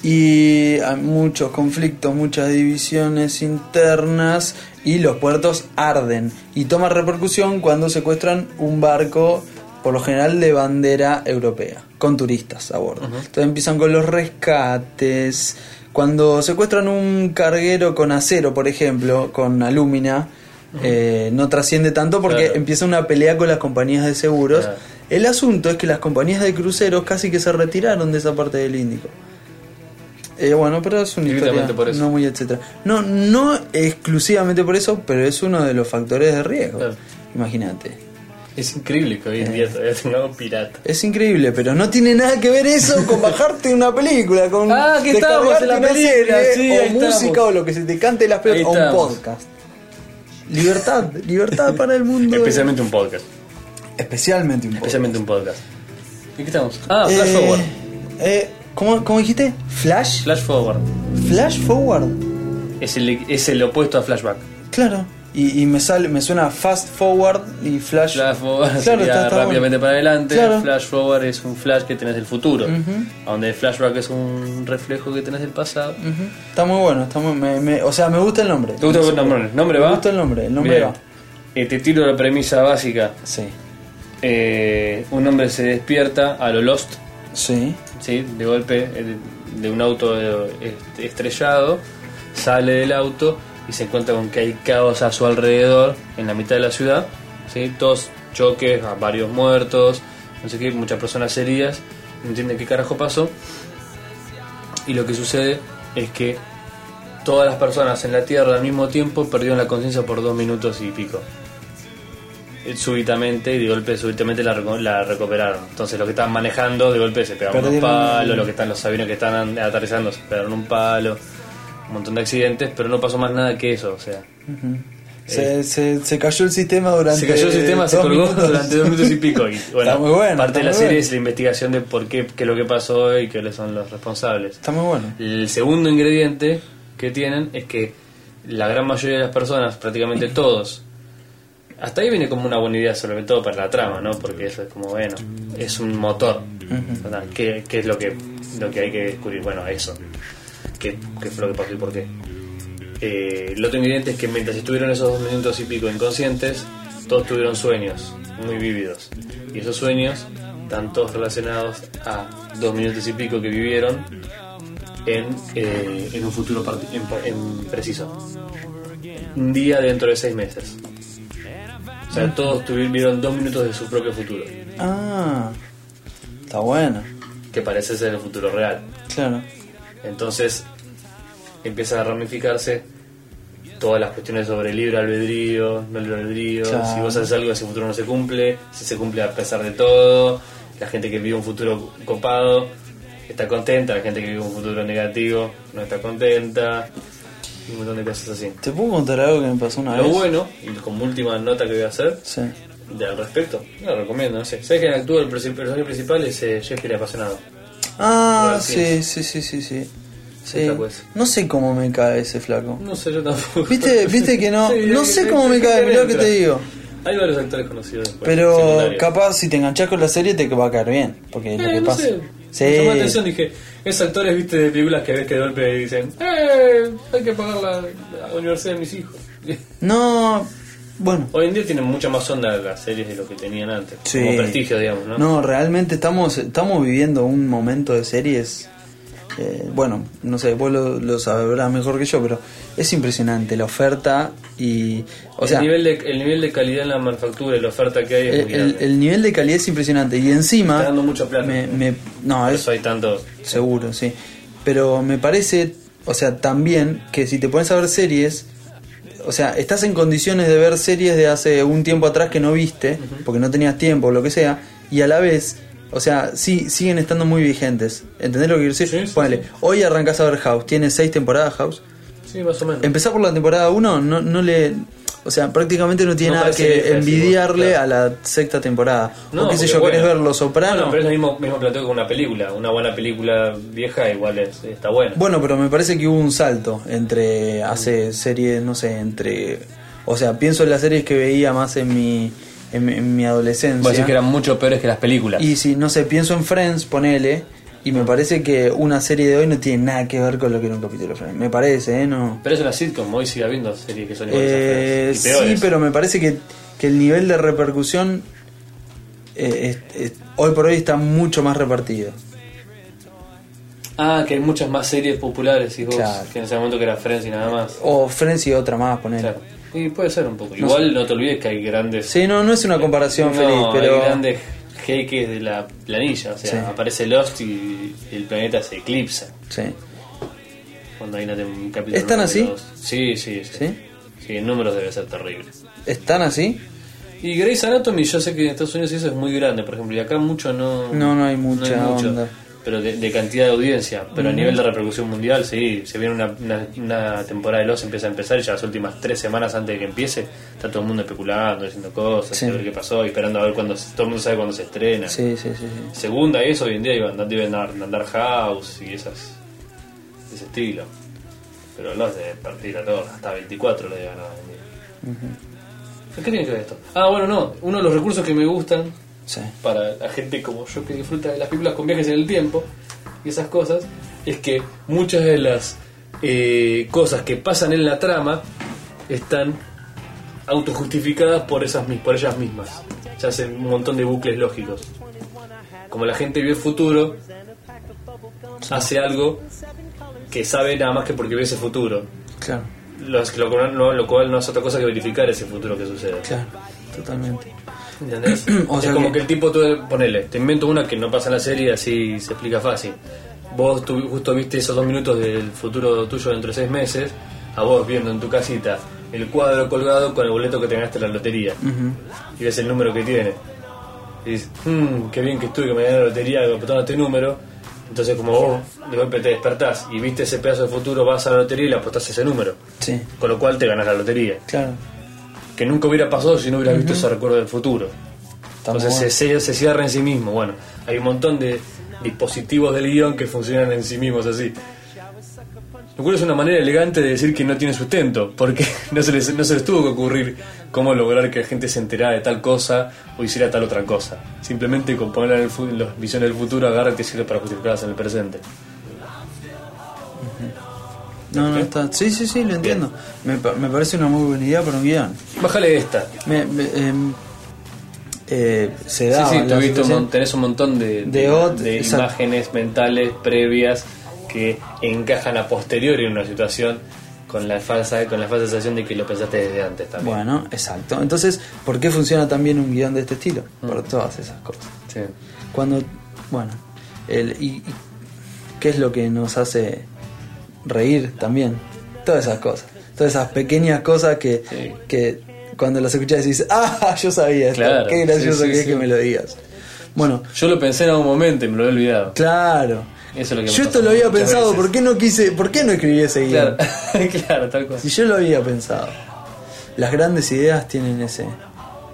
[SPEAKER 2] Y hay muchos conflictos, muchas divisiones internas y los puertos arden. Y toma repercusión cuando secuestran un barco, por lo general de bandera europea, con turistas a bordo. Entonces empiezan con los rescates. Cuando secuestran un carguero con acero, por ejemplo, con alúmina, eh, no trasciende tanto porque
[SPEAKER 1] Claro.
[SPEAKER 2] empieza una pelea con las compañías de seguros.
[SPEAKER 1] Claro.
[SPEAKER 2] El asunto es que las compañías de cruceros casi que se retiraron de esa parte del Índico. Eh, bueno, pero es una
[SPEAKER 1] Directamente
[SPEAKER 2] historia
[SPEAKER 1] por eso.
[SPEAKER 2] no muy etcétera. No, no exclusivamente por eso, pero es uno de los factores de riesgo.
[SPEAKER 1] Claro.
[SPEAKER 2] Imagínate.
[SPEAKER 1] Es increíble que hoy en día todavía tengamos pirata.
[SPEAKER 2] Es increíble, pero no tiene nada que ver eso con bajarte una película, con
[SPEAKER 1] Ah, que estábamos en la
[SPEAKER 2] descargarte una
[SPEAKER 1] película,
[SPEAKER 2] serie,
[SPEAKER 1] sí,
[SPEAKER 2] o
[SPEAKER 1] ahí
[SPEAKER 2] música
[SPEAKER 1] estamos.
[SPEAKER 2] o lo que se te cante las
[SPEAKER 1] Ahí
[SPEAKER 2] pelotas, o un
[SPEAKER 1] estamos.
[SPEAKER 2] podcast. Libertad, libertad para el mundo.
[SPEAKER 1] Especialmente un podcast.
[SPEAKER 2] Especialmente un podcast.
[SPEAKER 1] Especialmente un podcast. ¿En qué estamos? Ah,
[SPEAKER 2] Eh,
[SPEAKER 1] Flash Forward.
[SPEAKER 2] eh, ¿Cómo, cómo dijiste? ¿Flash?
[SPEAKER 1] Flash forward
[SPEAKER 2] ¿Flash forward?
[SPEAKER 1] es el, es el opuesto a flashback.
[SPEAKER 2] Claro. Y, y me sale, me suena fast forward y flash.
[SPEAKER 1] Flash forward
[SPEAKER 2] Claro,
[SPEAKER 1] sería
[SPEAKER 2] está- está
[SPEAKER 1] rápidamente para adelante.
[SPEAKER 2] Claro.
[SPEAKER 1] Flash forward es un flash que tenés del futuro.
[SPEAKER 2] Ujú.
[SPEAKER 1] A Donde el flashback es un reflejo que tenés del pasado.
[SPEAKER 2] bueno. Ujú. Está muy bueno, está muy, me- me- o sea, me gusta el nombre.
[SPEAKER 1] ¿Te gusta el nombre? ¿El nombre
[SPEAKER 2] Me
[SPEAKER 1] va?
[SPEAKER 2] gusta el nombre, el nombre
[SPEAKER 1] Bien.
[SPEAKER 2] va.
[SPEAKER 1] Eh, te tiro la premisa básica.
[SPEAKER 2] Sí,
[SPEAKER 1] Eh, un hombre se despierta a lo Lost,
[SPEAKER 2] sí,
[SPEAKER 1] ¿sí? de golpe, eh, de un auto eh, est- estrellado, sale del auto y se encuentra con que hay caos a su alrededor, en la mitad de la ciudad, ¿sí? todos choques, a varios muertos, no sé qué, muchas personas heridas, no entiende qué carajo pasó. Y lo que sucede es que todas las personas en la Tierra al mismo tiempo perdieron la conciencia por dos minutos y pico. Eh, Súbitamente y de golpe, súbitamente la, reco- la recuperaron. Entonces, los que estaban manejando de golpe se pegaron un
[SPEAKER 2] Perdieron-
[SPEAKER 1] palo, los que están los aviones que están aterrizando se pegaron un palo, un montón de accidentes, pero no pasó más nada que eso. O sea,
[SPEAKER 2] Ujú. Se, se, se cayó el sistema durante.
[SPEAKER 1] Eh. se cayó el sistema, se
[SPEAKER 2] dos
[SPEAKER 1] colgó
[SPEAKER 2] minutos.
[SPEAKER 1] durante dos minutos y pico. Y, bueno,
[SPEAKER 2] Está muy bueno,
[SPEAKER 1] parte
[SPEAKER 2] está
[SPEAKER 1] de la
[SPEAKER 2] muy
[SPEAKER 1] serie
[SPEAKER 2] bueno.
[SPEAKER 1] es la investigación de por qué, qué es lo que pasó y quiénes son los responsables.
[SPEAKER 2] Está muy bueno.
[SPEAKER 1] El segundo ingrediente que tienen es que la gran mayoría de las personas, prácticamente todos, hasta ahí viene como una buena idea, sobre todo para la trama, ¿no? Porque eso es como, bueno, es un motor. ¿verdad? ¿Qué, qué es lo que, lo que hay que descubrir? Bueno, eso. ¿Qué, qué fue lo que pasó y por qué? Eh, el otro ingrediente es que mientras estuvieron esos dos minutos y pico inconscientes, todos tuvieron sueños muy vívidos. Y esos sueños están todos relacionados a dos minutos y pico que vivieron en, eh, en un futuro parti- en, pa- en preciso. Un día dentro de seis meses. O sea, todos tuvieron, vieron dos minutos de su propio futuro,
[SPEAKER 2] Ah, está bueno,
[SPEAKER 1] que parece ser el futuro real.
[SPEAKER 2] claro.
[SPEAKER 1] Entonces empieza a ramificarse todas las cuestiones sobre libre albedrío, no libre albedrío,
[SPEAKER 2] Claro.
[SPEAKER 1] si vos haces algo ese futuro no se cumple, si se cumple a pesar de todo, la gente que vive un futuro copado está contenta, la gente que vive un futuro negativo no está contenta, y un montón de cosas así.
[SPEAKER 2] ¿Te puedo contar algo que me pasó una
[SPEAKER 1] Lo
[SPEAKER 2] vez?
[SPEAKER 1] bueno, y como última nota que voy a hacer
[SPEAKER 2] Sí.
[SPEAKER 1] de, al respecto, lo recomiendo, no sé. ¿Sabes que actúa el princip- personaje principal? Es eh, Jeff el apasionado.
[SPEAKER 2] Ah,
[SPEAKER 1] Gracias.
[SPEAKER 2] sí, sí, sí, sí, sí. Sí.
[SPEAKER 1] Está, pues.
[SPEAKER 2] No sé cómo me cae ese flaco.
[SPEAKER 1] No sé, yo tampoco. eh,
[SPEAKER 2] Viste- viste que no- no sé cómo me cae, mirá
[SPEAKER 1] lo
[SPEAKER 2] lo que te digo.
[SPEAKER 1] Hay varios actores conocidos. después,
[SPEAKER 2] Pero
[SPEAKER 1] secundarios.
[SPEAKER 2] capaz si te enganchas con la serie te va a caer bien, porque es lo
[SPEAKER 1] Eh,
[SPEAKER 2] que
[SPEAKER 1] no
[SPEAKER 2] pasa.
[SPEAKER 1] sé.
[SPEAKER 2] Sí.
[SPEAKER 1] Me llamó la atención, dije, esos actores, viste, de películas que ves que de golpe dicen, eh, hay que pagar la, la universidad de mis hijos.
[SPEAKER 2] No, bueno.
[SPEAKER 1] Hoy en día tienen mucha más onda las series de lo que tenían antes.
[SPEAKER 2] Sí.
[SPEAKER 1] Como prestigio, digamos, ¿no?
[SPEAKER 2] No, realmente estamos estamos viviendo un momento de series. eh, bueno, no sé, vos lo, lo sabrás mejor que yo, pero es impresionante la oferta y. O sea,
[SPEAKER 1] el, nivel de, el nivel de calidad en la manufactura y la oferta que hay es
[SPEAKER 2] el,
[SPEAKER 1] muy
[SPEAKER 2] el-
[SPEAKER 1] grande.
[SPEAKER 2] el nivel de calidad es impresionante y encima.
[SPEAKER 1] Está dando mucha plata.
[SPEAKER 2] me- me- no,
[SPEAKER 1] Por
[SPEAKER 2] es,
[SPEAKER 1] eso hay tantos.
[SPEAKER 2] Seguro, sí. Pero me parece, o sea, también que si te pones a ver series, o sea, estás en condiciones de ver series de hace un tiempo atrás que no viste, porque no tenías tiempo o lo que sea, y a la vez, o sea, sí, siguen estando muy vigentes. ¿Entendés lo que quiero decir?
[SPEAKER 1] Sí, sí,
[SPEAKER 2] Ponele,
[SPEAKER 1] sí.
[SPEAKER 2] hoy arrancás a ver House, tiene seis temporadas House.
[SPEAKER 1] Sí, más o menos.
[SPEAKER 2] Empezar por la temporada 1, no, no le. O sea, prácticamente no tiene
[SPEAKER 1] No
[SPEAKER 2] nada
[SPEAKER 1] parece
[SPEAKER 2] que
[SPEAKER 1] vieja,
[SPEAKER 2] envidiarle
[SPEAKER 1] sí, vos,
[SPEAKER 2] a la sexta temporada. o qué
[SPEAKER 1] porque
[SPEAKER 2] sé yo, querés
[SPEAKER 1] bueno.
[SPEAKER 2] ver Los Sopranos.
[SPEAKER 1] Bueno, pero es el mismo, mismo planteo que una película. Una buena película vieja igual es- está buena.
[SPEAKER 2] Bueno, pero me parece que hubo un salto entre hace series, no sé, entre... O sea, pienso en las series que veía más en mi, en, mi- en mi adolescencia.
[SPEAKER 1] mucho peores que las películas.
[SPEAKER 2] Y si, no sé, pienso en Friends, ponele, y me parece que una serie de hoy no tiene nada que ver con lo que era un capítulo de Friends. Me parece, ¿eh? No.
[SPEAKER 1] Pero es una sitcom, hoy sigue habiendo series que son iguales
[SPEAKER 2] Eh,
[SPEAKER 1] a Friends, y
[SPEAKER 2] sí,
[SPEAKER 1] peores.
[SPEAKER 2] pero me parece que, que el nivel de repercusión eh, es- es- hoy por hoy está mucho más repartido.
[SPEAKER 1] Ah, que hay muchas más series populares y vos,
[SPEAKER 2] Claro.
[SPEAKER 1] que en ese momento que era Friends y nada más.
[SPEAKER 2] O Friends y otra más, ponele.
[SPEAKER 1] Claro. Y puede ser un poco. Igual no te olvides que hay grandes...
[SPEAKER 2] Sí, no, no es una comparación
[SPEAKER 1] No,
[SPEAKER 2] feliz, pero...
[SPEAKER 1] hay grandes jeques de la planilla. O sea,
[SPEAKER 2] Sí.
[SPEAKER 1] aparece Lost y el planeta se eclipsa.
[SPEAKER 2] Sí.
[SPEAKER 1] Cuando hay una tem- un capítulo
[SPEAKER 2] ¿Están
[SPEAKER 1] nuevo,
[SPEAKER 2] así?
[SPEAKER 1] dos. Sí, sí, sí.
[SPEAKER 2] ¿Sí?
[SPEAKER 1] Sí, en números debe ser terrible.
[SPEAKER 2] ¿Están así?
[SPEAKER 1] Y Grey's Anatomy, yo sé que en Estados Unidos eso es muy grande, por ejemplo, y acá mucho no.
[SPEAKER 2] No, no hay mucha
[SPEAKER 1] mucho.
[SPEAKER 2] onda.
[SPEAKER 1] pero de, de cantidad de audiencia. Pero a nivel de repercusión mundial, sí, se viene una, una- una temporada de Los empieza a empezar y ya las últimas tres semanas antes de que empiece, está todo el mundo especulando, diciendo cosas,
[SPEAKER 2] Sí.
[SPEAKER 1] a ver qué pasó, y esperando a ver cuándo se- todo el mundo sabe cuándo se estrena.
[SPEAKER 2] Sí, sí, sí, sí.
[SPEAKER 1] Segunda y eso hoy en día iban deben andar, andar house y esas de ese estilo. Pero los de partir a todos, hasta 24 le llegan a vender. ¿Qué tiene que ver esto? Ah, bueno, no. Uno de los recursos que me gustan
[SPEAKER 2] sí.
[SPEAKER 1] para la gente como yo que disfruta de las películas con viajes en el tiempo y esas cosas, es que muchas de las eh, cosas que pasan en la trama están autojustificadas por, esas, mis- por ellas mismas. Se hacen un montón de bucles lógicos. Como la gente vio el futuro, hace algo que sabe nada más que porque vio ese futuro.
[SPEAKER 2] Claro,
[SPEAKER 1] Los- lo, cual no- lo cual no es otra cosa que verificar ese futuro que sucede.
[SPEAKER 2] claro, totalmente.
[SPEAKER 1] ¿Entendés?
[SPEAKER 2] O sea
[SPEAKER 1] es como
[SPEAKER 2] que-
[SPEAKER 1] que... el tipo, tú, ponele, te invento una que no pasa en la serie y así se explica fácil. Vos tu- justo viste esos dos minutos del futuro tuyo dentro de seis meses, a vos viendo en tu casita el cuadro colgado con el boleto que te ganaste en la lotería. Y ves el número que tiene. Y dices, "Mm, qué bien que estuve que me gané la lotería apretando este número. Entonces como vos de golpe te despertás y viste ese pedazo de futuro, vas a la lotería y le apostás ese número.
[SPEAKER 2] Sí,
[SPEAKER 1] Con lo cual te ganas la lotería.
[SPEAKER 2] claro.
[SPEAKER 1] Que nunca hubiera pasado si no hubieras visto ese recuerdo del futuro.
[SPEAKER 2] Está muy
[SPEAKER 1] Entonces se,
[SPEAKER 2] bueno.
[SPEAKER 1] se, se cierra en sí mismo. Bueno, hay un montón de dispositivos del guión que funcionan en sí mismos así. Lo cual es una manera elegante de decir que no tiene sustento, porque no se les, no se les tuvo que ocurrir cómo lograr que la gente se enterara de tal cosa o hiciera tal otra cosa. Simplemente con ponerla en, el fu- en las visiones del futuro agarra y te sirve para justificarlas en el presente.
[SPEAKER 2] No, no, está. Sí, sí, sí, lo entiendo. Me, pa- me parece una muy buena idea para un guión.
[SPEAKER 1] Bájale esta.
[SPEAKER 2] Me, me, em, eh, se da.
[SPEAKER 1] sí, sí, tuviste
[SPEAKER 2] la
[SPEAKER 1] un
[SPEAKER 2] situación.
[SPEAKER 1] mon- tenés un montón de,
[SPEAKER 2] De ot-
[SPEAKER 1] de
[SPEAKER 2] exacto.
[SPEAKER 1] imágenes mentales previas que encajan a posteriori en una situación con la falsa con la falsa sensación de que lo pensaste desde antes también.
[SPEAKER 2] Bueno, exacto. Entonces, ¿por qué funciona también un guión de este estilo?
[SPEAKER 1] Mm.
[SPEAKER 2] Por todas esas cosas.
[SPEAKER 1] Sí.
[SPEAKER 2] Cuando, bueno, el, y, y- ¿qué es lo que nos hace reír también? Todas esas cosas. Todas esas pequeñas cosas que,
[SPEAKER 1] Sí.
[SPEAKER 2] que cuando las escuchás decís, ah, yo sabía esto.
[SPEAKER 1] Claro,
[SPEAKER 2] qué gracioso
[SPEAKER 1] sí, sí,
[SPEAKER 2] que es
[SPEAKER 1] sí.
[SPEAKER 2] que me lo digas. Bueno,
[SPEAKER 1] Yo lo pensé en algún momento y me lo he olvidado.
[SPEAKER 2] claro.
[SPEAKER 1] Eso es lo que me
[SPEAKER 2] yo esto
[SPEAKER 1] pasa
[SPEAKER 2] lo había
[SPEAKER 1] muchas
[SPEAKER 2] pensado,
[SPEAKER 1] veces.
[SPEAKER 2] ¿por qué no quise, por qué no escribí ese guión?
[SPEAKER 1] Claro, claro, tal cosa.
[SPEAKER 2] Si yo lo había pensado. Las grandes ideas tienen ese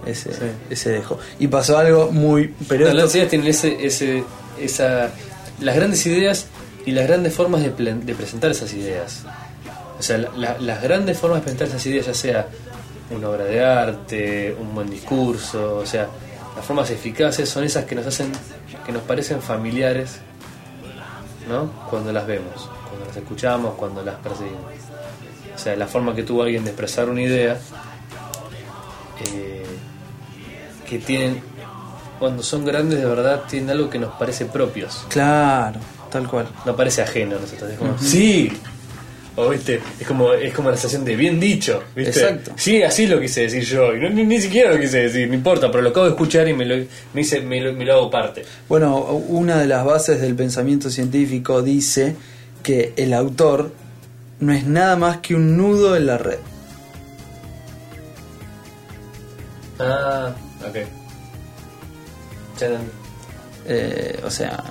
[SPEAKER 2] ese,
[SPEAKER 1] Sí.
[SPEAKER 2] ese dejo. Y pasó algo muy pero
[SPEAKER 1] Las
[SPEAKER 2] esto-
[SPEAKER 1] grandes ideas tienen ese, ese, esa, las grandes ideas y las grandes formas de, plan- de presentar esas ideas. O sea, la- la- las grandes formas de presentar esas ideas, ya sea una obra de arte, un buen discurso, o sea, las formas eficaces son esas que nos hacen, que nos parecen familiares, ¿no? Cuando las vemos, cuando las escuchamos, cuando las percibimos. O sea, la forma que tuvo alguien de expresar una idea. eh, que tienen, cuando son grandes de verdad, tienen algo que nos parece propios,
[SPEAKER 2] Claro, tal cual.
[SPEAKER 1] no parece ajeno a nosotros. Es como, sí, o viste, es como, es como la sensación de bien dicho, ¿viste?
[SPEAKER 2] Exacto.
[SPEAKER 1] Sí, así lo quise decir yo, y no- ni, ni siquiera lo quise decir, no importa, pero lo acabo de escuchar y me lo, me hice- me lo, me lo hago parte.
[SPEAKER 2] Bueno, una de las bases del pensamiento científico dice que el autor no es nada más que un nudo en la red.
[SPEAKER 1] Ah, ok. Ya entendí.
[SPEAKER 2] Eh, o sea,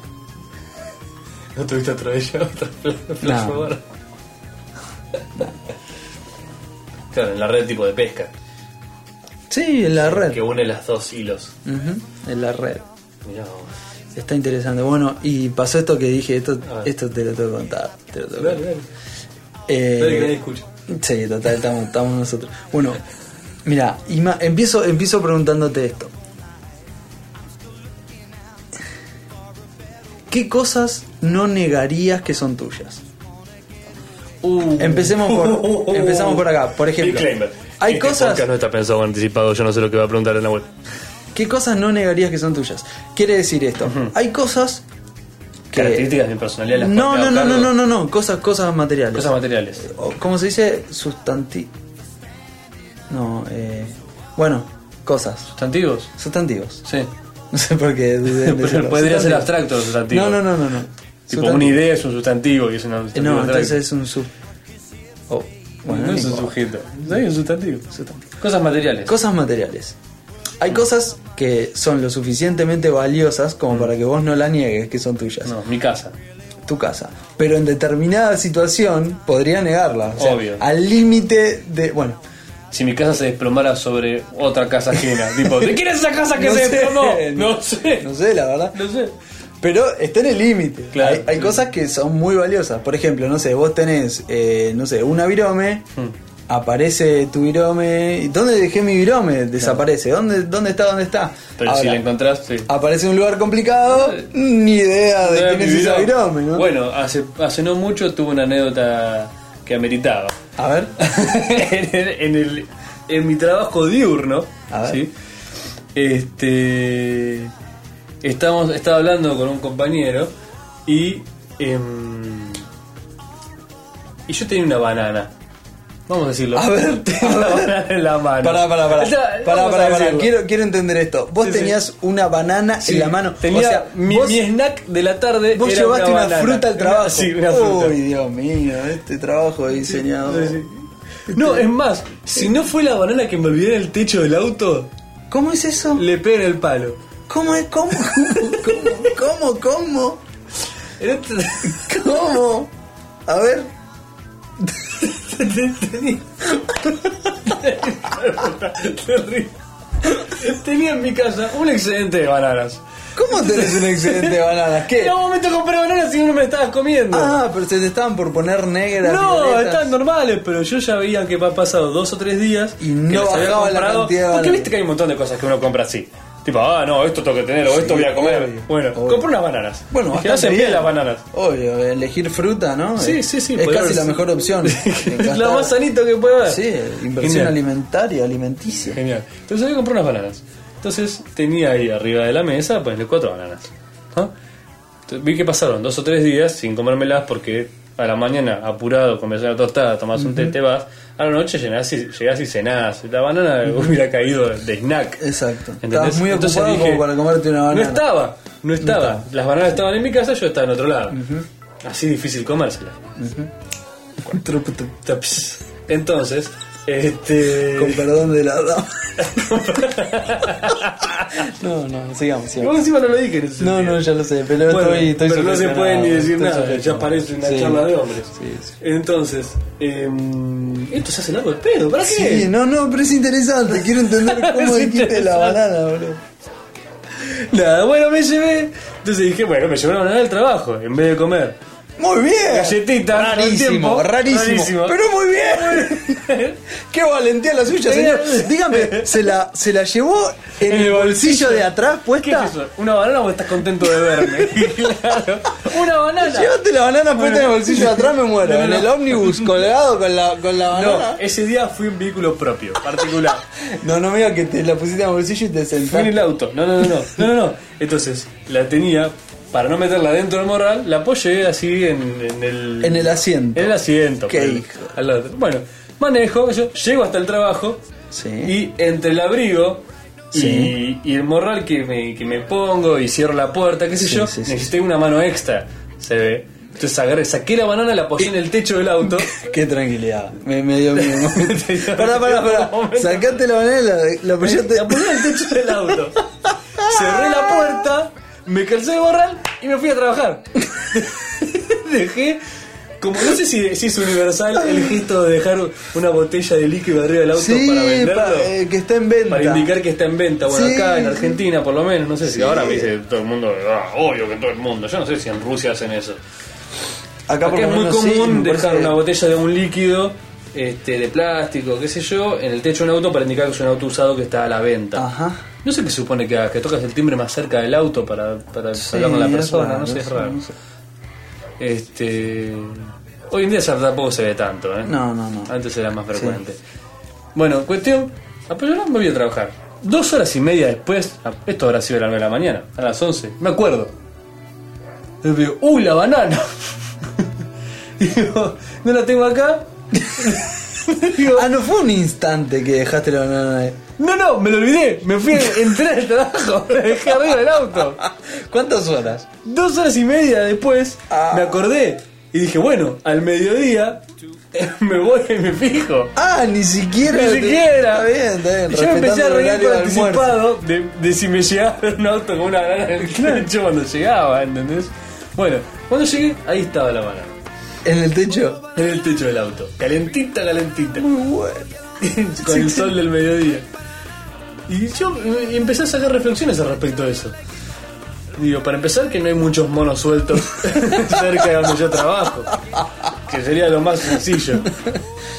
[SPEAKER 1] ¿No tuviste otro de ellos? ¿Otro flash
[SPEAKER 2] No.
[SPEAKER 1] forward? Claro, en la red tipo de pesca,
[SPEAKER 2] sí, en la red.
[SPEAKER 1] que une las dos hilos.
[SPEAKER 2] Ujú, en la red.
[SPEAKER 1] Mirá vos.
[SPEAKER 2] Está interesante. Bueno, y pasó esto que dije, esto,
[SPEAKER 1] Ah.
[SPEAKER 2] esto te lo tengo que contar. Te lo tengo que
[SPEAKER 1] Dale,
[SPEAKER 2] contar.
[SPEAKER 1] dale.
[SPEAKER 2] Eh,
[SPEAKER 1] Dale, que nadie escucha.
[SPEAKER 2] Sí, total, estamos, estamos nosotros. Bueno, mira, Ima- empiezo, empiezo preguntándote esto. ¿Qué cosas no negarías que son tuyas? Empecemos por, empezamos por acá, por ejemplo.
[SPEAKER 1] Disclaimer.
[SPEAKER 2] Hay
[SPEAKER 1] Este
[SPEAKER 2] cosas,
[SPEAKER 1] podcast no está pensado o anticipado, yo no sé lo que va a preguntar en la web.
[SPEAKER 2] ¿qué cosas no negarías que son tuyas? Quiere decir esto, hay cosas que...
[SPEAKER 1] Características de mi personalidad. las
[SPEAKER 2] No,
[SPEAKER 1] cuales me
[SPEAKER 2] no,
[SPEAKER 1] hago
[SPEAKER 2] no, no,
[SPEAKER 1] cargo.
[SPEAKER 2] no, no, no, cosas, cosas materiales.
[SPEAKER 1] Cosas materiales.
[SPEAKER 2] o, ¿Cómo se dice? Sustanti... No, eh... Bueno, cosas.
[SPEAKER 1] ¿Sustantivos?
[SPEAKER 2] Sustantivos.
[SPEAKER 1] Sí.
[SPEAKER 2] No sé por qué dudé en decirlo.
[SPEAKER 1] Podría ser
[SPEAKER 2] Sustantivos.
[SPEAKER 1] abstracto los sustantivos.
[SPEAKER 2] No, no, no, no. no.
[SPEAKER 1] Tipo,
[SPEAKER 2] Sustan-
[SPEAKER 1] una idea es un sustantivo y es una
[SPEAKER 2] Eh,
[SPEAKER 1] sustantivo
[SPEAKER 2] No,
[SPEAKER 1] abstracto.
[SPEAKER 2] entonces es un sub... Oh, bueno,
[SPEAKER 1] no
[SPEAKER 2] no
[SPEAKER 1] es un
[SPEAKER 2] importa.
[SPEAKER 1] sujeto. No es un sustantivo.
[SPEAKER 2] Sustantivo.
[SPEAKER 1] Cosas materiales.
[SPEAKER 2] Cosas materiales. Hay cosas que son lo suficientemente valiosas como para que vos no la niegues que son tuyas.
[SPEAKER 1] Mm. No, mi casa.
[SPEAKER 2] Tu casa. Pero en determinada situación podría negarla. O sea,
[SPEAKER 1] Obvio.
[SPEAKER 2] Al límite de. Bueno.
[SPEAKER 1] Si mi casa se desplomara sobre otra casa ajena. tipo, ¿de quién es esa casa que
[SPEAKER 2] no
[SPEAKER 1] se
[SPEAKER 2] sé,
[SPEAKER 1] desplomó? No sé.
[SPEAKER 2] No sé, la verdad.
[SPEAKER 1] No sé.
[SPEAKER 2] Pero está en el límite.
[SPEAKER 1] Claro,
[SPEAKER 2] hay hay
[SPEAKER 1] sí.
[SPEAKER 2] cosas que son muy valiosas. Por ejemplo, no sé, vos tenés, eh, no sé, una virome.
[SPEAKER 1] Hmm.
[SPEAKER 2] Aparece tu virome. ¿Y ¿Dónde dejé mi virome? Desaparece. ¿Dónde, ¿Dónde está? ¿Dónde está?
[SPEAKER 1] Pero si
[SPEAKER 2] Ahora,
[SPEAKER 1] la encontraste.
[SPEAKER 2] Aparece en un lugar complicado. Ni idea de quién es esa virome, ¿no?
[SPEAKER 1] Bueno, hace, hace no mucho tuve una anécdota que ameritaba.
[SPEAKER 2] A ver.
[SPEAKER 1] Ah, en, el, en, el- en mi trabajo diurno.
[SPEAKER 2] A ver.
[SPEAKER 1] ¿sí? Este. Estamos, estaba hablando con un compañero y. em, y yo tenía una banana. Vamos a decirlo.
[SPEAKER 2] A ver,
[SPEAKER 1] Tenía una banana en la mano.
[SPEAKER 2] Pará, pará, pará.
[SPEAKER 1] Ya,
[SPEAKER 2] Pará,
[SPEAKER 1] vamos
[SPEAKER 2] pará,
[SPEAKER 1] a
[SPEAKER 2] pará.
[SPEAKER 1] decirlo.
[SPEAKER 2] Quiero, quiero entender esto. Vos
[SPEAKER 1] Sí, sí.
[SPEAKER 2] tenías una banana
[SPEAKER 1] Sí,
[SPEAKER 2] en la mano.
[SPEAKER 1] Tenía,
[SPEAKER 2] o sea,
[SPEAKER 1] mi,
[SPEAKER 2] vos,
[SPEAKER 1] mi snack de la tarde.
[SPEAKER 2] vos
[SPEAKER 1] era
[SPEAKER 2] llevaste una,
[SPEAKER 1] banana.
[SPEAKER 2] fruta al
[SPEAKER 1] Una-
[SPEAKER 2] trabajo.
[SPEAKER 1] sí, una fruta.
[SPEAKER 2] Uy, Dios mío, este trabajo de diseñador.
[SPEAKER 1] Sí, sí. No, es más, si no fue la banana que me olvidé en el techo del auto,
[SPEAKER 2] ¿Cómo es eso?
[SPEAKER 1] le pego en el palo.
[SPEAKER 2] ¿Cómo es? ¿Cómo? ¿Cómo? ¿Cómo? ¿Cómo?
[SPEAKER 1] Era t-
[SPEAKER 2] ¿Cómo? A ver.
[SPEAKER 1] Tenía... Terrible. Tenía en mi casa un excedente de bananas.
[SPEAKER 2] ¿Cómo tenés un excedente de bananas?
[SPEAKER 1] En
[SPEAKER 2] ¿Qué?
[SPEAKER 1] algún momento compré bananas y no me estabas comiendo.
[SPEAKER 2] Ah, pero se te estaban por poner negras.
[SPEAKER 1] no,
[SPEAKER 2] violetas.
[SPEAKER 1] están normales, pero yo ya veía que han pasado dos o tres días
[SPEAKER 2] Y
[SPEAKER 1] que
[SPEAKER 2] no
[SPEAKER 1] las había
[SPEAKER 2] bajaba la
[SPEAKER 1] comprado.
[SPEAKER 2] cantidad de
[SPEAKER 1] Porque
[SPEAKER 2] bananas.
[SPEAKER 1] viste que hay un montón de cosas que uno compra así. Tipo, ah, no, esto tengo que tener, o esto voy a comer.
[SPEAKER 2] obvio,
[SPEAKER 1] bueno,
[SPEAKER 2] obvio.
[SPEAKER 1] compré unas bananas.
[SPEAKER 2] Bueno,
[SPEAKER 1] Dije,
[SPEAKER 2] bastante
[SPEAKER 1] hacen bien
[SPEAKER 2] bien.
[SPEAKER 1] las bananas.
[SPEAKER 2] Obvio, elegir fruta, ¿no?
[SPEAKER 1] Sí, sí, sí.
[SPEAKER 2] Es
[SPEAKER 1] podría
[SPEAKER 2] casi
[SPEAKER 1] haber
[SPEAKER 2] la
[SPEAKER 1] sido.
[SPEAKER 2] mejor opción.
[SPEAKER 1] la más sanito que puede haber.
[SPEAKER 2] Sí, inversión
[SPEAKER 1] Genial.
[SPEAKER 2] alimentaria, alimenticia.
[SPEAKER 1] Genial. Entonces había comprado unas bananas. Entonces tenía ahí arriba de la mesa, ponle cuatro bananas. ¿no? Entonces, vi que pasaron dos o tres días sin comérmelas porque a la mañana, apurado, comías una tostada, tomás un té, te vas. A la noche llenás y, llegás y cenás. La banana hubiera caído de snack.
[SPEAKER 2] Exacto.
[SPEAKER 1] ¿Entendés?
[SPEAKER 2] Estabas muy
[SPEAKER 1] Entonces
[SPEAKER 2] ocupado
[SPEAKER 1] dije,
[SPEAKER 2] como para comerte una banana.
[SPEAKER 1] No estaba, no estaba.
[SPEAKER 2] estaba.
[SPEAKER 1] Las bananas estaban en mi casa, yo estaba en otro lado. Así difícil comérselas.
[SPEAKER 2] Trup, trup.
[SPEAKER 1] Taps. Entonces, este...
[SPEAKER 2] Con perdón de la dama. no, no, sigamos,
[SPEAKER 1] Vos
[SPEAKER 2] sigamos.
[SPEAKER 1] encima no lo dije. en ese
[SPEAKER 2] No,
[SPEAKER 1] sentido.
[SPEAKER 2] no, ya lo sé, pero
[SPEAKER 1] Bueno,
[SPEAKER 2] estoy, estoy
[SPEAKER 1] pero no se
[SPEAKER 2] sugestionado,
[SPEAKER 1] puede ni decir
[SPEAKER 2] estoy
[SPEAKER 1] nada, ya
[SPEAKER 2] sugestionado.
[SPEAKER 1] parece una
[SPEAKER 2] Sí.
[SPEAKER 1] charla de hombres.
[SPEAKER 2] Sí, sí.
[SPEAKER 1] Entonces, eh, esto se hace largo el pedo, ¿para qué?
[SPEAKER 2] Sí, no, no, pero es interesante. Quiero entender cómo
[SPEAKER 1] Es
[SPEAKER 2] dijiste la
[SPEAKER 1] interesante.
[SPEAKER 2] banana, boludo.
[SPEAKER 1] Nada, bueno, me llevé. Entonces dije, bueno, me llevé una banana del trabajo, en vez de comer.
[SPEAKER 2] Muy bien.
[SPEAKER 1] Galletita,
[SPEAKER 2] rarísimo,
[SPEAKER 1] con tiempo. Rarísimo.
[SPEAKER 2] rarísimo, Pero muy bien. Qué valentía la suya, señor. Dígame, ¿se la, se la llevó en, el bolsillo de atrás
[SPEAKER 1] ¿Qué es
[SPEAKER 2] puesta?
[SPEAKER 1] eso? ¿Una banana o estás contento de verme? claro, una banana.
[SPEAKER 2] Llévate la banana puesta en el bolsillo de atrás, me muero.
[SPEAKER 1] No, no,
[SPEAKER 2] en
[SPEAKER 1] no.
[SPEAKER 2] el ómnibus colgado con la, con la banana.
[SPEAKER 1] No, ese día fui en vehículo propio, particular.
[SPEAKER 2] No, no me digas que te la pusiste en el bolsillo y te
[SPEAKER 1] Fui en
[SPEAKER 2] sentaste.
[SPEAKER 1] el auto. No, no, no, no. no, no, no. Entonces, la tenía, para no meterla dentro del morral, la apoyé así en, en el...
[SPEAKER 2] En el asiento.
[SPEAKER 1] En el asiento.
[SPEAKER 2] Qué
[SPEAKER 1] por el-
[SPEAKER 2] hijo.
[SPEAKER 1] al lado. Bueno, manejo, yo llego hasta el trabajo
[SPEAKER 2] Sí.
[SPEAKER 1] y entre el abrigo y,
[SPEAKER 2] Sí.
[SPEAKER 1] y el morral que me, que me pongo y cierro la puerta, qué sé
[SPEAKER 2] Sí,
[SPEAKER 1] yo,
[SPEAKER 2] sí, sí,
[SPEAKER 1] necesité una mano extra, se ve. Entonces agarré, saqué la banana, la apoyé en el techo del auto.
[SPEAKER 2] Qué tranquilidad. Me, me dio miedo.
[SPEAKER 1] Te dio
[SPEAKER 2] pará,
[SPEAKER 1] miedo
[SPEAKER 2] pará,
[SPEAKER 1] un
[SPEAKER 2] pará.
[SPEAKER 1] momento.
[SPEAKER 2] Sacate la banana y la, la apoyaste.
[SPEAKER 1] La puse en el techo del auto. Cerré la puerta, me calcé de borral y me fui a trabajar. Dejé. Como no sé si, si es universal el gesto de dejar una botella de líquido arriba del auto
[SPEAKER 2] Sí,
[SPEAKER 1] para venderlo.
[SPEAKER 2] pa- eh, que está en venta.
[SPEAKER 1] para indicar que está en venta, bueno,
[SPEAKER 2] Sí.
[SPEAKER 1] acá en Argentina por lo menos, no sé si
[SPEAKER 2] Sí.
[SPEAKER 1] ahora me dice todo el mundo, "Ah, obvio que todo el mundo, yo no sé si en Rusia hacen eso.
[SPEAKER 2] Acá, por
[SPEAKER 1] Acá
[SPEAKER 2] lo
[SPEAKER 1] es muy
[SPEAKER 2] menos sí,
[SPEAKER 1] común
[SPEAKER 2] me parece
[SPEAKER 1] dejar
[SPEAKER 2] que-
[SPEAKER 1] una botella de un líquido este, de plástico, qué sé yo, en el techo de un auto para indicar que es un auto usado que está a la venta.
[SPEAKER 2] Ajá.
[SPEAKER 1] No sé qué supone que hagas, que tocas el timbre más cerca del auto para, para
[SPEAKER 2] Sí,
[SPEAKER 1] hablar con la
[SPEAKER 2] es
[SPEAKER 1] persona,
[SPEAKER 2] raro,
[SPEAKER 1] no sé, es
[SPEAKER 2] sí,
[SPEAKER 1] raro.
[SPEAKER 2] no sé.
[SPEAKER 1] Este, hoy en día ya tampoco se ve tanto, ¿eh?
[SPEAKER 2] No, no, no.
[SPEAKER 1] Antes era más frecuente. Bueno, cuestión, apenas me voy a trabajar. Dos horas y media después, a- esto habrá sido a las 9 de la mañana, a las 11, me acuerdo. Y digo, ¡uh, la banana! digo, no la tengo acá. digo,
[SPEAKER 2] Ah, no fue un instante que dejaste la banana ahí.
[SPEAKER 1] no, no, me lo olvidé, me fui, entré al trabajo, la dejé arriba del auto.
[SPEAKER 2] ¿Cuántas horas?
[SPEAKER 1] Dos horas y media después
[SPEAKER 2] Ah.
[SPEAKER 1] me acordé y dije, bueno, al mediodía me voy y me fijo.
[SPEAKER 2] Ah, ni siquiera.
[SPEAKER 1] Ni siquiera.
[SPEAKER 2] Está bien, está bien.
[SPEAKER 1] Yo me empecé a
[SPEAKER 2] respetando el
[SPEAKER 1] reír por
[SPEAKER 2] horario de almuerzo.
[SPEAKER 1] anticipado de, de si me llegaba un auto con una banana en el techo cuando llegaba, ¿entendés? Bueno, cuando llegué, ahí estaba la banana.
[SPEAKER 2] En el techo.
[SPEAKER 1] En el techo del auto. Calentita, calentita.
[SPEAKER 2] Muy bueno.
[SPEAKER 1] con el sol del mediodía. Y yo eh, empecé a sacar reflexiones al respecto de eso. Digo, para empezar que no hay muchos monos sueltos cerca de donde yo trabajo. Que sería lo más sencillo.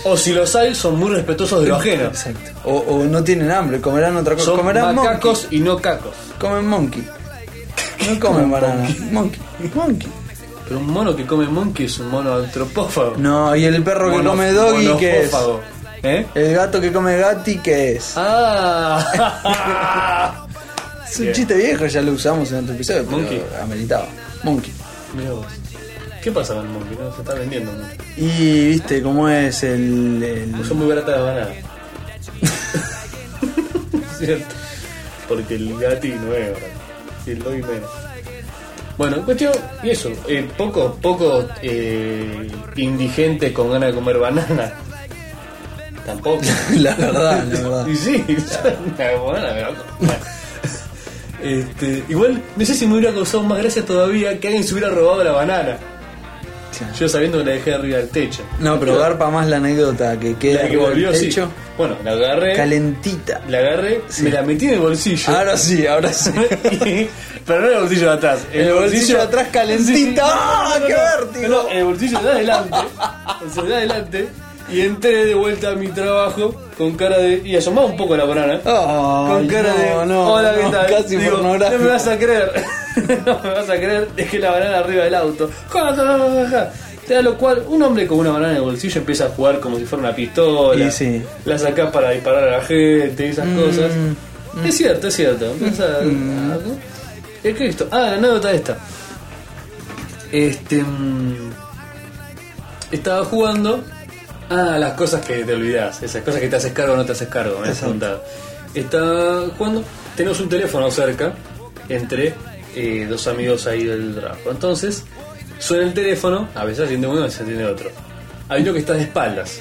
[SPEAKER 1] O si los hay, son muy respetuosos de lo ajeno.
[SPEAKER 2] Exacto. O, o no tienen hambre, comerán otra cosa.
[SPEAKER 1] Son
[SPEAKER 2] Comerán
[SPEAKER 1] macacos y no cacos.
[SPEAKER 2] monkey. Comen monkey. No comen banana. Monkey. Monkey.
[SPEAKER 1] Pero un mono que come monkey es un mono antropófago.
[SPEAKER 2] No, y el perro que
[SPEAKER 1] Mono-
[SPEAKER 2] come doggy, ¿qué es?
[SPEAKER 1] monofófago. ¿Eh?
[SPEAKER 2] El gato que come gatti, ¿qué es?
[SPEAKER 1] Ah.
[SPEAKER 2] Es un
[SPEAKER 1] Bien.
[SPEAKER 2] chiste viejo, ya lo usamos en otro episodio, pero
[SPEAKER 1] Monkey.
[SPEAKER 2] ameritaba. Monkey.
[SPEAKER 1] Mirá vos. ¿Qué pasa con el monkey? No, se está vendiendo mucho.
[SPEAKER 2] Y viste cómo es el. el-
[SPEAKER 1] Son muy baratas las bananas. Cierto. Porque el gati no es barato. Y el doy menos. Bueno, cuestión, y eso, eh, poco, poco eh, indigente con ganas de comer banana. Tampoco.
[SPEAKER 2] la verdad, la verdad.
[SPEAKER 1] Y sí, una buena, me va a comer. Este, igual, no sé si me hubiera causado más gracia todavía que alguien se hubiera robado la banana. Yo sabiendo que la dejé arriba del techo.
[SPEAKER 2] No, pero garpa más la anécdota que queda
[SPEAKER 1] La que
[SPEAKER 2] arriba del
[SPEAKER 1] volvió, sí.
[SPEAKER 2] techo,
[SPEAKER 1] Bueno, la agarré.
[SPEAKER 2] calentita.
[SPEAKER 1] La agarré, me la metí en el bolsillo.
[SPEAKER 2] Ahora sí, ahora sí.
[SPEAKER 1] Pero no en el bolsillo de atrás. en
[SPEAKER 2] El bolsillo de atrás calentita. ¡Ah, qué vértigo!
[SPEAKER 1] No, en el bolsillo de adelante. o sea, de adelante. Y entré de vuelta a mi trabajo con cara de. Y asomaba un poco la banana.
[SPEAKER 2] Ay,
[SPEAKER 1] con cara
[SPEAKER 2] no,
[SPEAKER 1] de.
[SPEAKER 2] no,
[SPEAKER 1] Hola, ¿qué
[SPEAKER 2] no,
[SPEAKER 1] tal?
[SPEAKER 2] Casi
[SPEAKER 1] Digo, no
[SPEAKER 2] pornográfico.
[SPEAKER 1] me vas a creer. no me vas a creer. Dejé la banana arriba del auto. Ja, ja, ja, ja. Sea lo cual, un hombre con una banana en el bolsillo empieza a jugar como si fuera una pistola.
[SPEAKER 2] Y sí.
[SPEAKER 1] La sacás para disparar a la gente y esas cosas. Es cierto, es cierto. Empieza a- ¿Qué es esto? Ah, la anécdota esta. Este. mm, Estaba jugando. Ah, las cosas que te olvidás. Esas cosas que te haces cargo o no te haces cargo. Me has
[SPEAKER 2] Exacto.
[SPEAKER 1] preguntado. Estaba jugando. Tenemos un teléfono cerca. Entre eh, dos amigos ahí del trabajo. Entonces, suena el teléfono. A veces atiende uno, a veces atiende otro. Hay uno que está de espaldas.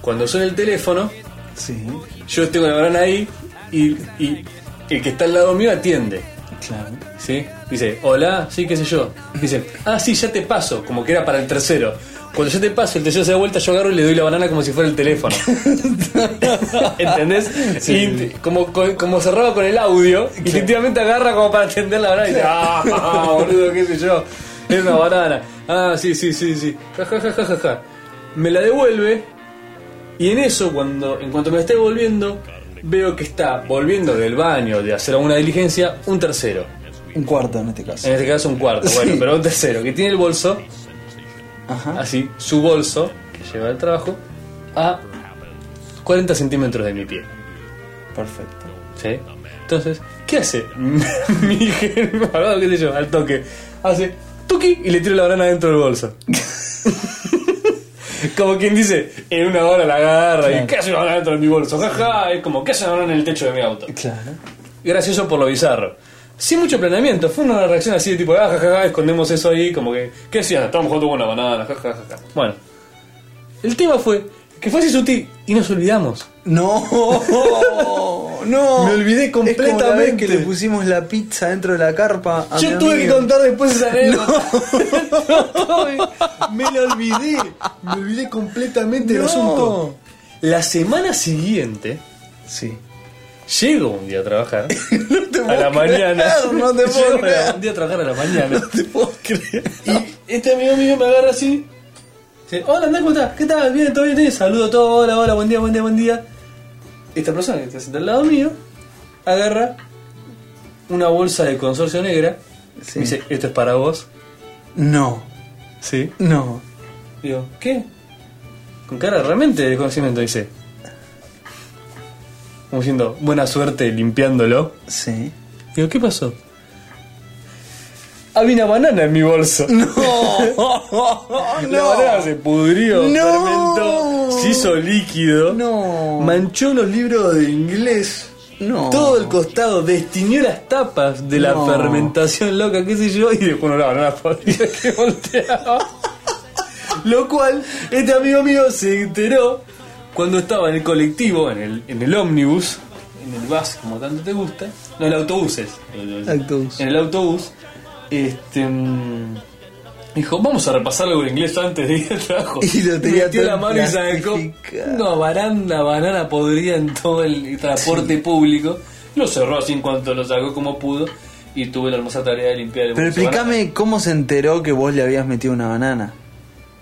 [SPEAKER 1] Cuando suena el teléfono,
[SPEAKER 2] Sí,
[SPEAKER 1] yo tengo la banana ahí. Y, y el que está al lado mío atiende.
[SPEAKER 2] claro.
[SPEAKER 1] ¿Sí? Dice, hola, sí, qué sé yo. Dice, ah, sí, ya te paso, como que era para el tercero. Cuando yo te paso, el tercero se da vuelta, yo agarro y le doy la banana como si fuera el teléfono. ¿Entendés? y te- como, co- como cerraba con el audio, y efectivamente agarra como para atender la banana y dice, ah, boludo, qué sé yo. Es una banana. Ah, sí, sí, sí, sí. Ja, ja, ja, ja, ja, ja. Me la devuelve y en eso, cuando, en cuanto me esté volviendo, veo que está volviendo del baño de hacer alguna diligencia un tercero.
[SPEAKER 2] Un cuarto en este caso.
[SPEAKER 1] En este caso un cuarto, bueno,
[SPEAKER 2] Sí.
[SPEAKER 1] pero un tercero, que tiene el bolso,
[SPEAKER 2] Ajá.
[SPEAKER 1] así, su bolso, que lleva al trabajo, a 40 centímetros de mi pie.
[SPEAKER 2] Perfecto.
[SPEAKER 1] ¿sí? Entonces, ¿qué hace? mi germano, qué sé yo, al toque, hace tuki y le tiro la banana dentro del bolso. como quien dice, en una hora la agarra y
[SPEAKER 2] Claro.
[SPEAKER 1] ¿qué hace una banana dentro de mi bolso? Jaja, es como, ¿qué hace una banana en el techo de mi auto?
[SPEAKER 2] Claro.
[SPEAKER 1] gracioso por lo bizarro. Sin mucho planeamiento, fue una reacción así de tipo, ah, jajaja, escondemos eso ahí, como que, ¿qué hacían? Estábamos jugando con una banana, jajaja. Bueno, el tema fue que fue así sutil y nos olvidamos.
[SPEAKER 2] No, no.
[SPEAKER 1] Me olvidé
[SPEAKER 2] Es como la vez
[SPEAKER 1] completamente.
[SPEAKER 2] que le pusimos la pizza dentro de la carpa. a Ah, mi
[SPEAKER 1] Yo tuve que
[SPEAKER 2] amigo.
[SPEAKER 1] contar después esa anécdota. No. me la olvidé, me olvidé completamente del
[SPEAKER 2] No.
[SPEAKER 1] Este asunto. La semana siguiente,
[SPEAKER 2] Sí.
[SPEAKER 1] llego un día a trabajar.
[SPEAKER 2] te
[SPEAKER 1] a la
[SPEAKER 2] puedo
[SPEAKER 1] mañana.
[SPEAKER 2] creer, no te puedo
[SPEAKER 1] Llego a la-
[SPEAKER 2] creer.
[SPEAKER 1] Un día a trabajar a la mañana.
[SPEAKER 2] te puedo creer.
[SPEAKER 1] Y este amigo mío me agarra así. Dice, hola, Andá, ¿cómo estás? ¿Qué tal? Bien, todo bien, ¿eh? saludo a todos, hola, hola, buen día, buen día, buen día. Esta persona que está sentada al lado mío agarra una bolsa de consorcio negra.
[SPEAKER 2] Sí.
[SPEAKER 1] Me dice, esto es para vos.
[SPEAKER 2] No,
[SPEAKER 1] Sí.
[SPEAKER 2] no.
[SPEAKER 1] Digo, ¿qué? Con cara realmente de desconocimiento dice. Como diciendo, buena suerte limpiándolo.
[SPEAKER 2] Sí.
[SPEAKER 1] Digo, ¿qué pasó? Había una Ah, banana en mi bolso.
[SPEAKER 2] No,
[SPEAKER 1] La banana se pudrió,
[SPEAKER 2] No.
[SPEAKER 1] fermentó, se hizo líquido,
[SPEAKER 2] No.
[SPEAKER 1] manchó los libros de inglés,
[SPEAKER 2] No.
[SPEAKER 1] todo el costado, destiñó las tapas de la
[SPEAKER 2] No.
[SPEAKER 1] fermentación loca, qué sé yo, y dejó una banana podrida que volteaba. Lo cual, este amigo mío se enteró cuando estaba en el colectivo, en el, en el ómnibus, en el bus, como tanto te gusta. No, en el autobús es.
[SPEAKER 2] Autobús.
[SPEAKER 1] En el autobús. Este. mm, Dijo, vamos a repasar algo en inglés antes de ir al trabajo.
[SPEAKER 2] Y lo tenía
[SPEAKER 1] Metió
[SPEAKER 2] todo
[SPEAKER 1] la mano y sacó
[SPEAKER 2] plastificado.
[SPEAKER 1] una baranda, banana podrida en todo el transporte público. Lo cerró así en cuanto lo sacó como pudo. Y tuve la hermosa tarea de limpiar el
[SPEAKER 2] Pero
[SPEAKER 1] bolso de banana.
[SPEAKER 2] explícame cómo se enteró que vos le habías metido una banana.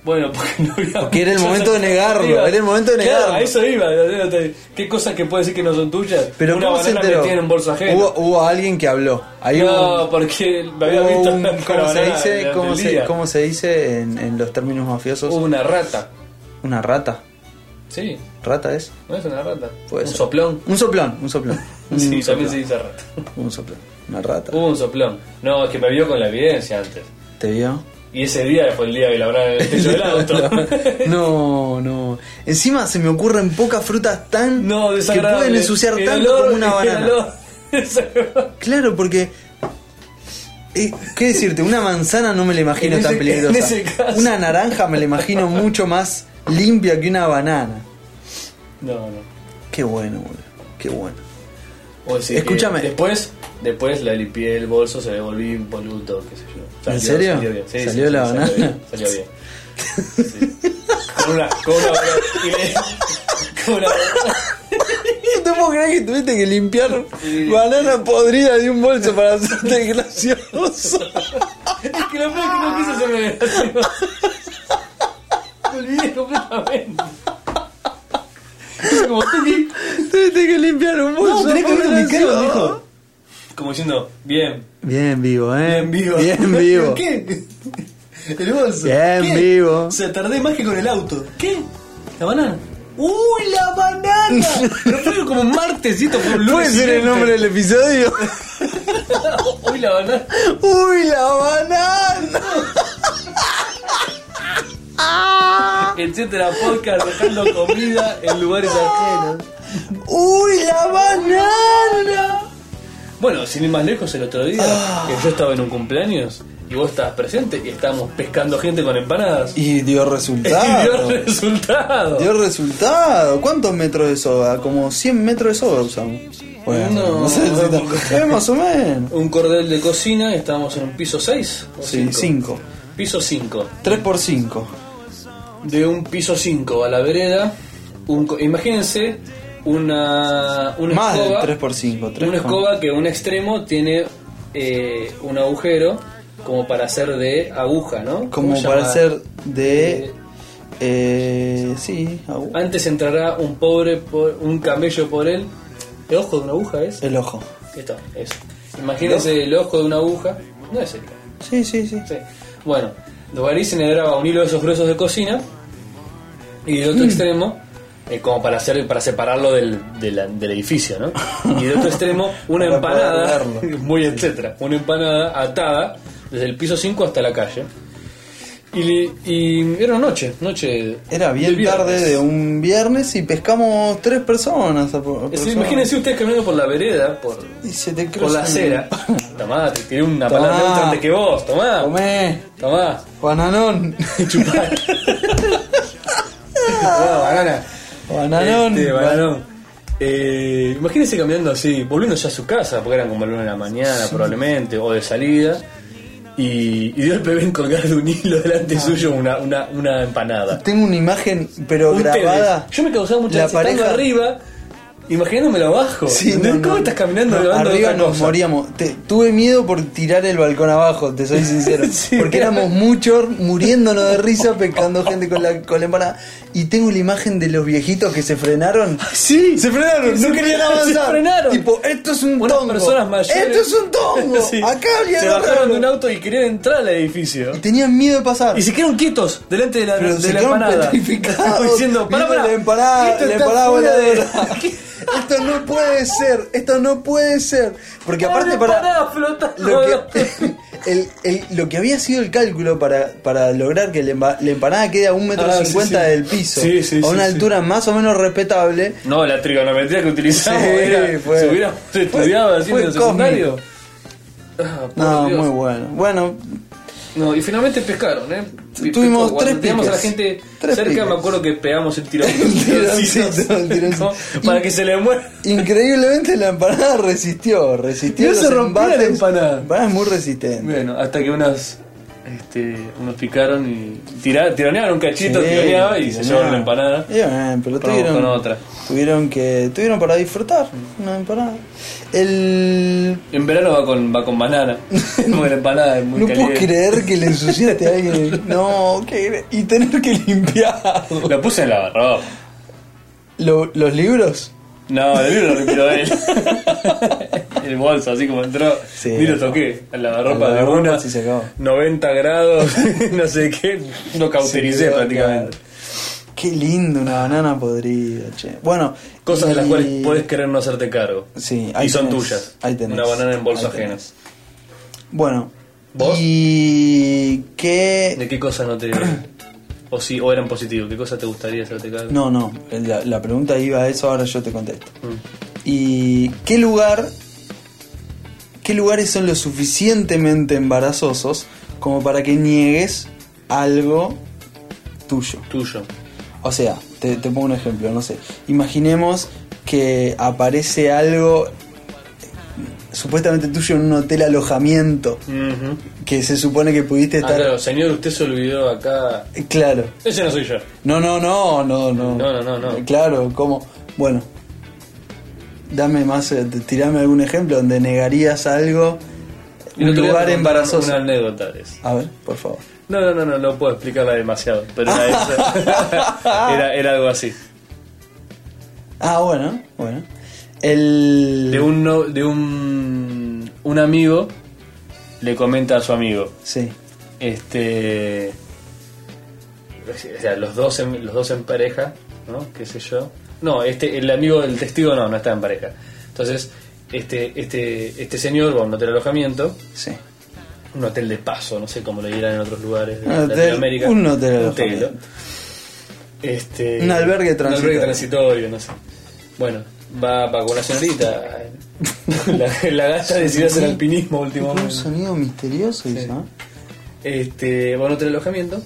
[SPEAKER 1] Bueno, porque no había.
[SPEAKER 2] Porque era el
[SPEAKER 1] muchas
[SPEAKER 2] momento de negarlo,
[SPEAKER 1] alternativas.
[SPEAKER 2] era el momento de
[SPEAKER 1] Claro,
[SPEAKER 2] negarlo.
[SPEAKER 1] a eso iba. o sea, ¿Qué cosas que puedes decir que no son tuyas?
[SPEAKER 2] Pero
[SPEAKER 1] Una
[SPEAKER 2] ¿cómo se
[SPEAKER 1] banana que
[SPEAKER 2] enteró?
[SPEAKER 1] tiene en bolsa ajena.
[SPEAKER 2] Hubo, hubo alguien que habló. Ahí hubo
[SPEAKER 1] no,
[SPEAKER 2] un-
[SPEAKER 1] porque me había
[SPEAKER 2] hubo
[SPEAKER 1] visto. con
[SPEAKER 2] un-
[SPEAKER 1] la
[SPEAKER 2] ¿cómo, se
[SPEAKER 1] banana
[SPEAKER 2] dice,
[SPEAKER 1] durante
[SPEAKER 2] cómo
[SPEAKER 1] el
[SPEAKER 2] se-
[SPEAKER 1] día.
[SPEAKER 2] cómo se dice en, en los términos mafiosos?
[SPEAKER 1] Hubo una rata.
[SPEAKER 2] Una rata.
[SPEAKER 1] Sí,
[SPEAKER 2] ¿Rata es?
[SPEAKER 1] no es una rata.
[SPEAKER 2] Puede
[SPEAKER 1] un
[SPEAKER 2] ser.
[SPEAKER 1] soplón.
[SPEAKER 2] Un soplón, un soplón. Un
[SPEAKER 1] sí, también
[SPEAKER 2] soplón,
[SPEAKER 1] se dice rata.
[SPEAKER 2] un soplón. Una rata.
[SPEAKER 1] Hubo un soplón. No, es que me vio con la evidencia antes.
[SPEAKER 2] ¿Te vio?
[SPEAKER 1] Y ese día fue el día que labraron en el techo del auto.
[SPEAKER 2] no, no. Encima se me ocurren pocas frutas tan
[SPEAKER 1] no,
[SPEAKER 2] que
[SPEAKER 1] desagradable.
[SPEAKER 2] pueden ensuciar
[SPEAKER 1] El
[SPEAKER 2] tanto
[SPEAKER 1] olor-
[SPEAKER 2] como una
[SPEAKER 1] el
[SPEAKER 2] banana.
[SPEAKER 1] olor desagradable.
[SPEAKER 2] Claro, porque. eh, ¿Qué decirte? Una manzana no me la imagino
[SPEAKER 1] En ese-
[SPEAKER 2] tan peligrosa.
[SPEAKER 1] en ese caso.
[SPEAKER 2] Una naranja me la imagino mucho más limpia que una banana.
[SPEAKER 1] No, no.
[SPEAKER 2] Qué bueno, boludo. Qué bueno.
[SPEAKER 1] O sea, que
[SPEAKER 2] Escúchame.
[SPEAKER 1] Después, después la limpié el bolso, se le volví impoluto, qué sé yo.
[SPEAKER 2] ¿En serio?
[SPEAKER 1] Salió bien. Sí, sí,
[SPEAKER 2] ¿Salió
[SPEAKER 1] sí,
[SPEAKER 2] la
[SPEAKER 1] salió
[SPEAKER 2] banana?
[SPEAKER 1] bien, Salió bien. Sí. Con una. Con una. Y le, con una
[SPEAKER 2] No te puedo creer que tuviste que limpiar
[SPEAKER 1] Sí.
[SPEAKER 2] banana podrida de un bolso para hacerte gracioso.
[SPEAKER 1] es que lo peor es que no quise hacerme gracioso. Me olvidé completamente. Es Como, Tuki,
[SPEAKER 2] tuviste que limpiar un bolso. para gracioso.
[SPEAKER 1] Como diciendo, bien,
[SPEAKER 2] Bien vivo, eh.
[SPEAKER 1] bien vivo.
[SPEAKER 2] Bien vivo.
[SPEAKER 1] ¿Qué? El bolso.
[SPEAKER 2] Bien
[SPEAKER 1] ¿Qué?
[SPEAKER 2] vivo.
[SPEAKER 1] O sea, tardé más que con el auto. ¿Qué? ¿La banana? ¡Uy, la banana! Pero fue como un martes y esto fue un lunes.
[SPEAKER 2] ¿Puede ser el
[SPEAKER 1] siguiente.
[SPEAKER 2] nombre del episodio?
[SPEAKER 1] ¡Uy, la banana!
[SPEAKER 2] ¡Uy, la banana!
[SPEAKER 1] Etcétera, podcast, dejando comida en lugares ajenos.
[SPEAKER 2] ¡Uy, la banana!
[SPEAKER 1] Bueno, sin ir más lejos, el otro día, que yo estaba en un cumpleaños y vos estabas presente y estábamos pescando gente con empanadas. Y
[SPEAKER 2] Y dio
[SPEAKER 1] dio
[SPEAKER 2] resultado.
[SPEAKER 1] resultado.
[SPEAKER 2] dio resultado. ¿Cuántos metros de soga? Como 100 metros de soga usamos. Bueno,
[SPEAKER 1] No,
[SPEAKER 2] no, sé si
[SPEAKER 1] no.
[SPEAKER 2] tan- eh, más o menos.
[SPEAKER 1] Un cordel de cocina, estábamos en un piso 6.
[SPEAKER 2] Sí, 5.
[SPEAKER 1] Piso 5.
[SPEAKER 2] 3 por 5.
[SPEAKER 1] de un piso 5 a la vereda. Un, co- imagínense una, una
[SPEAKER 2] Más del
[SPEAKER 1] escoba.
[SPEAKER 2] 3 por 5.
[SPEAKER 1] una escoba que un extremo tiene eh, un agujero como para hacer de aguja, ¿no? ¿Cómo
[SPEAKER 2] Como
[SPEAKER 1] se
[SPEAKER 2] para
[SPEAKER 1] llama?
[SPEAKER 2] ser de...
[SPEAKER 1] Eh,
[SPEAKER 2] Eh, sí, agu-
[SPEAKER 1] Antes entrará un pobre, por, un camello por él. ¿El ojo de una aguja es?
[SPEAKER 2] el ojo.
[SPEAKER 1] Esto, eso. Imagínense el ojo de una aguja. No es esto.
[SPEAKER 2] Sí, sí, sí.
[SPEAKER 1] Sí. Bueno, Duvalín enhedraba un hilo de esos gruesos de cocina y del
[SPEAKER 2] Mm.
[SPEAKER 1] otro extremo, eh, como para hacer para separarlo del, de la- del edificio, ¿no? Y del otro extremo, una
[SPEAKER 2] Para
[SPEAKER 1] empanada,
[SPEAKER 2] poder verlo.
[SPEAKER 1] muy etcétera, una empanada atada desde el piso 5 hasta la calle. Y, le- y era noche, noche.
[SPEAKER 2] Era bien
[SPEAKER 1] de viernes.
[SPEAKER 2] tarde de un viernes y pescamos tres personas. a por-
[SPEAKER 1] Es decir,
[SPEAKER 2] persona.
[SPEAKER 1] imagínense ustedes caminando por la vereda, por,
[SPEAKER 2] Y se te
[SPEAKER 1] por
[SPEAKER 2] cruza
[SPEAKER 1] la
[SPEAKER 2] un-
[SPEAKER 1] acera. Tomá, te tiré una
[SPEAKER 2] Tomá.
[SPEAKER 1] palabra antes que vos, tomá.
[SPEAKER 2] Comé,
[SPEAKER 1] Tomá.
[SPEAKER 2] bananón.
[SPEAKER 1] Chupar. Bueno, banana.
[SPEAKER 2] Bananón.
[SPEAKER 1] Este, bananón. Eh, imagínense caminando así, volviendo ya a su casa, porque eran como la una de la mañana probablemente, o de salida. Y, y de golpe ven colgar de un hilo
[SPEAKER 2] Ah.
[SPEAKER 1] delante suyo una, una, una empanada.
[SPEAKER 2] Tengo una imagen, pero
[SPEAKER 1] Un
[SPEAKER 2] grabada.
[SPEAKER 1] Tevez. Yo me causaba mucha
[SPEAKER 2] La
[SPEAKER 1] ansiedad estando
[SPEAKER 2] pareja-
[SPEAKER 1] arriba, imaginándomelo abajo.
[SPEAKER 2] Sí,
[SPEAKER 1] ¿Entendés?
[SPEAKER 2] no, no.
[SPEAKER 1] ¿Cómo estás caminando
[SPEAKER 2] No,
[SPEAKER 1] levando
[SPEAKER 2] Arriba
[SPEAKER 1] otra
[SPEAKER 2] nos
[SPEAKER 1] cosa?
[SPEAKER 2] moríamos. Te- tuve miedo por tirar el balcón abajo, te soy sincero.
[SPEAKER 1] Sí.
[SPEAKER 2] Porque éramos muchos muriéndonos de risa, pescando gente con la, con la empanada. Y tengo la imagen de los viejitos que se frenaron.
[SPEAKER 1] Sí,
[SPEAKER 2] Se frenaron,
[SPEAKER 1] Se
[SPEAKER 2] no querían
[SPEAKER 1] frenaron,
[SPEAKER 2] avanzar.
[SPEAKER 1] se frenaron.
[SPEAKER 2] Tipo, esto es un
[SPEAKER 1] Unas
[SPEAKER 2] tongo.
[SPEAKER 1] personas mayores.
[SPEAKER 2] Esto es un tongo.
[SPEAKER 1] Sí.
[SPEAKER 2] Acá había
[SPEAKER 1] Se
[SPEAKER 2] algo
[SPEAKER 1] bajaron
[SPEAKER 2] raro.
[SPEAKER 1] de un auto y querían entrar al edificio.
[SPEAKER 2] Y tenían miedo de pasar.
[SPEAKER 1] Y se quedaron quietos delante de la,
[SPEAKER 2] Pero
[SPEAKER 1] de
[SPEAKER 2] se
[SPEAKER 1] la
[SPEAKER 2] quedaron
[SPEAKER 1] empanada.
[SPEAKER 2] petrificados,
[SPEAKER 1] diciendo, pará,
[SPEAKER 2] viendo
[SPEAKER 1] pará.
[SPEAKER 2] La empanada,
[SPEAKER 1] esto
[SPEAKER 2] la
[SPEAKER 1] está
[SPEAKER 2] empanada
[SPEAKER 1] fuera de-
[SPEAKER 2] voladora. Esto no puede ser, esto no puede ser. Porque aparte
[SPEAKER 1] La
[SPEAKER 2] para...
[SPEAKER 1] empanada flotando.
[SPEAKER 2] Lo que, el- el- lo que había sido el cálculo para, para lograr que la emba- la empanada quede a un metro
[SPEAKER 1] Ah, sí,
[SPEAKER 2] cincuenta
[SPEAKER 1] sí.
[SPEAKER 2] del piso,
[SPEAKER 1] Sí, sí,
[SPEAKER 2] a una
[SPEAKER 1] sí, sí.
[SPEAKER 2] altura más o menos respetable,
[SPEAKER 1] No, la trigonometría que utilizamos
[SPEAKER 2] Sí,
[SPEAKER 1] era,
[SPEAKER 2] fue-
[SPEAKER 1] si hubiéramos estudiado así
[SPEAKER 2] fue
[SPEAKER 1] en el
[SPEAKER 2] cósmico.
[SPEAKER 1] secundario. Ah, por
[SPEAKER 2] No,
[SPEAKER 1] Dios.
[SPEAKER 2] muy bueno. Bueno,
[SPEAKER 1] No, y finalmente pescaron, ¿eh? Pe-
[SPEAKER 2] Tuvimos
[SPEAKER 1] pescó. Cuando
[SPEAKER 2] tres
[SPEAKER 1] Teníamos a la
[SPEAKER 2] piques.
[SPEAKER 1] gente
[SPEAKER 2] Tres
[SPEAKER 1] cerca,
[SPEAKER 2] piques.
[SPEAKER 1] me acuerdo que pegamos el tirón.
[SPEAKER 2] El tironcito, el tironcito.
[SPEAKER 1] Como Para que se le muera.
[SPEAKER 2] Increíblemente la empanada resistió, resistió.
[SPEAKER 1] No se
[SPEAKER 2] los
[SPEAKER 1] rompió la
[SPEAKER 2] embates.
[SPEAKER 1] empanada.
[SPEAKER 2] La empanada es muy resistente.
[SPEAKER 1] Bueno, hasta que unas. Este, unos picaron y tira- tironearon un cachito,
[SPEAKER 2] Sí,
[SPEAKER 1] tironeaba y se
[SPEAKER 2] tironeaba.
[SPEAKER 1] llevaron la empanada.
[SPEAKER 2] Y bueno,
[SPEAKER 1] Probamos
[SPEAKER 2] pero tuvieron,
[SPEAKER 1] con otra.
[SPEAKER 2] tuvieron que tuvieron para disfrutar una empanada. El
[SPEAKER 1] En verano va con, va con banana. Porque la empanada es muy
[SPEAKER 2] no
[SPEAKER 1] caliente.
[SPEAKER 2] puedo creer que le ensuciaste a alguien. No, qué y tener que limpiar
[SPEAKER 1] La puse en la barra.
[SPEAKER 2] Lo- los libros.
[SPEAKER 1] No, el libro lo retiró él. el bolso, así como entró.
[SPEAKER 2] Sí.
[SPEAKER 1] ni lo toqué. A la
[SPEAKER 2] Al
[SPEAKER 1] ropa de
[SPEAKER 2] lavarropa,
[SPEAKER 1] una.
[SPEAKER 2] sí, se acabó.
[SPEAKER 1] 90 grados, no sé qué. Lo cautericé
[SPEAKER 2] Se quedó
[SPEAKER 1] prácticamente.
[SPEAKER 2] acá. Qué lindo una banana podrida, che. Bueno,
[SPEAKER 1] Cosas de las
[SPEAKER 2] y-
[SPEAKER 1] cuales podés querer no hacerte cargo.
[SPEAKER 2] Sí, ahí
[SPEAKER 1] y son
[SPEAKER 2] tenés,
[SPEAKER 1] tuyas.
[SPEAKER 2] ahí tenés,
[SPEAKER 1] Una banana en bolso
[SPEAKER 2] ahí tenés.
[SPEAKER 1] ajenas.
[SPEAKER 2] Bueno.
[SPEAKER 1] ¿Vos?
[SPEAKER 2] ¿Y qué
[SPEAKER 1] ¿De qué cosas no te.? o, sí, o eran positivos? ¿Qué cosas te gustaría hacerte cargo?
[SPEAKER 2] No, no, la, la pregunta iba a eso, ahora yo te contesto.
[SPEAKER 1] Mm.
[SPEAKER 2] ¿Y qué lugar, qué lugares son lo suficientemente embarazosos como para que niegues algo tuyo?
[SPEAKER 1] Tuyo.
[SPEAKER 2] O sea, te, te pongo un ejemplo, no sé. Imaginemos que aparece algo supuestamente tuyo en un hotel alojamiento
[SPEAKER 1] Ujú.
[SPEAKER 2] que se supone que pudiste
[SPEAKER 1] Ah,
[SPEAKER 2] estar...
[SPEAKER 1] claro, señor, usted se olvidó acá.
[SPEAKER 2] claro.
[SPEAKER 1] Ese no soy yo.
[SPEAKER 2] No, no, no, no, no.
[SPEAKER 1] No, no, no, no.
[SPEAKER 2] Claro, ¿cómo? Bueno, dame más, eh, t- tirame algún ejemplo donde negarías algo,
[SPEAKER 1] Y no
[SPEAKER 2] un
[SPEAKER 1] te voy a
[SPEAKER 2] lugar
[SPEAKER 1] contar
[SPEAKER 2] embarazoso.
[SPEAKER 1] Una anécdota de eso.
[SPEAKER 2] A ver, por favor.
[SPEAKER 1] No, no, no, no, no puedo explicarla demasiado, pero era eso. era, era algo así.
[SPEAKER 2] Ah, bueno, bueno. El...
[SPEAKER 1] De un, no- de un, un amigo le comenta a su amigo,
[SPEAKER 2] Sí,
[SPEAKER 1] este... O sea, los dos en, los dos en pareja, ¿no? ¿Qué sé yo? No, este, el amigo del testigo no, no está en pareja. Entonces, este, este, este señor va a un hotel alojamiento,
[SPEAKER 2] sí.
[SPEAKER 1] un hotel de paso, no sé cómo lo dirán en otros lugares de
[SPEAKER 2] Un hotel-
[SPEAKER 1] Latinoamérica.
[SPEAKER 2] un hotel
[SPEAKER 1] Un
[SPEAKER 2] alojamiento.
[SPEAKER 1] hotel, ¿no? Este,
[SPEAKER 2] Un albergue
[SPEAKER 1] Un albergue
[SPEAKER 2] transitorio.
[SPEAKER 1] transitorio, no sé. Bueno, va, va con una señorita. la, la gata decidió hacer alpinismo
[SPEAKER 2] Un
[SPEAKER 1] últimamente.
[SPEAKER 2] sonido misterioso
[SPEAKER 1] Sí.
[SPEAKER 2] hizo, ¿eh?
[SPEAKER 1] Este, va a un hotel alojamiento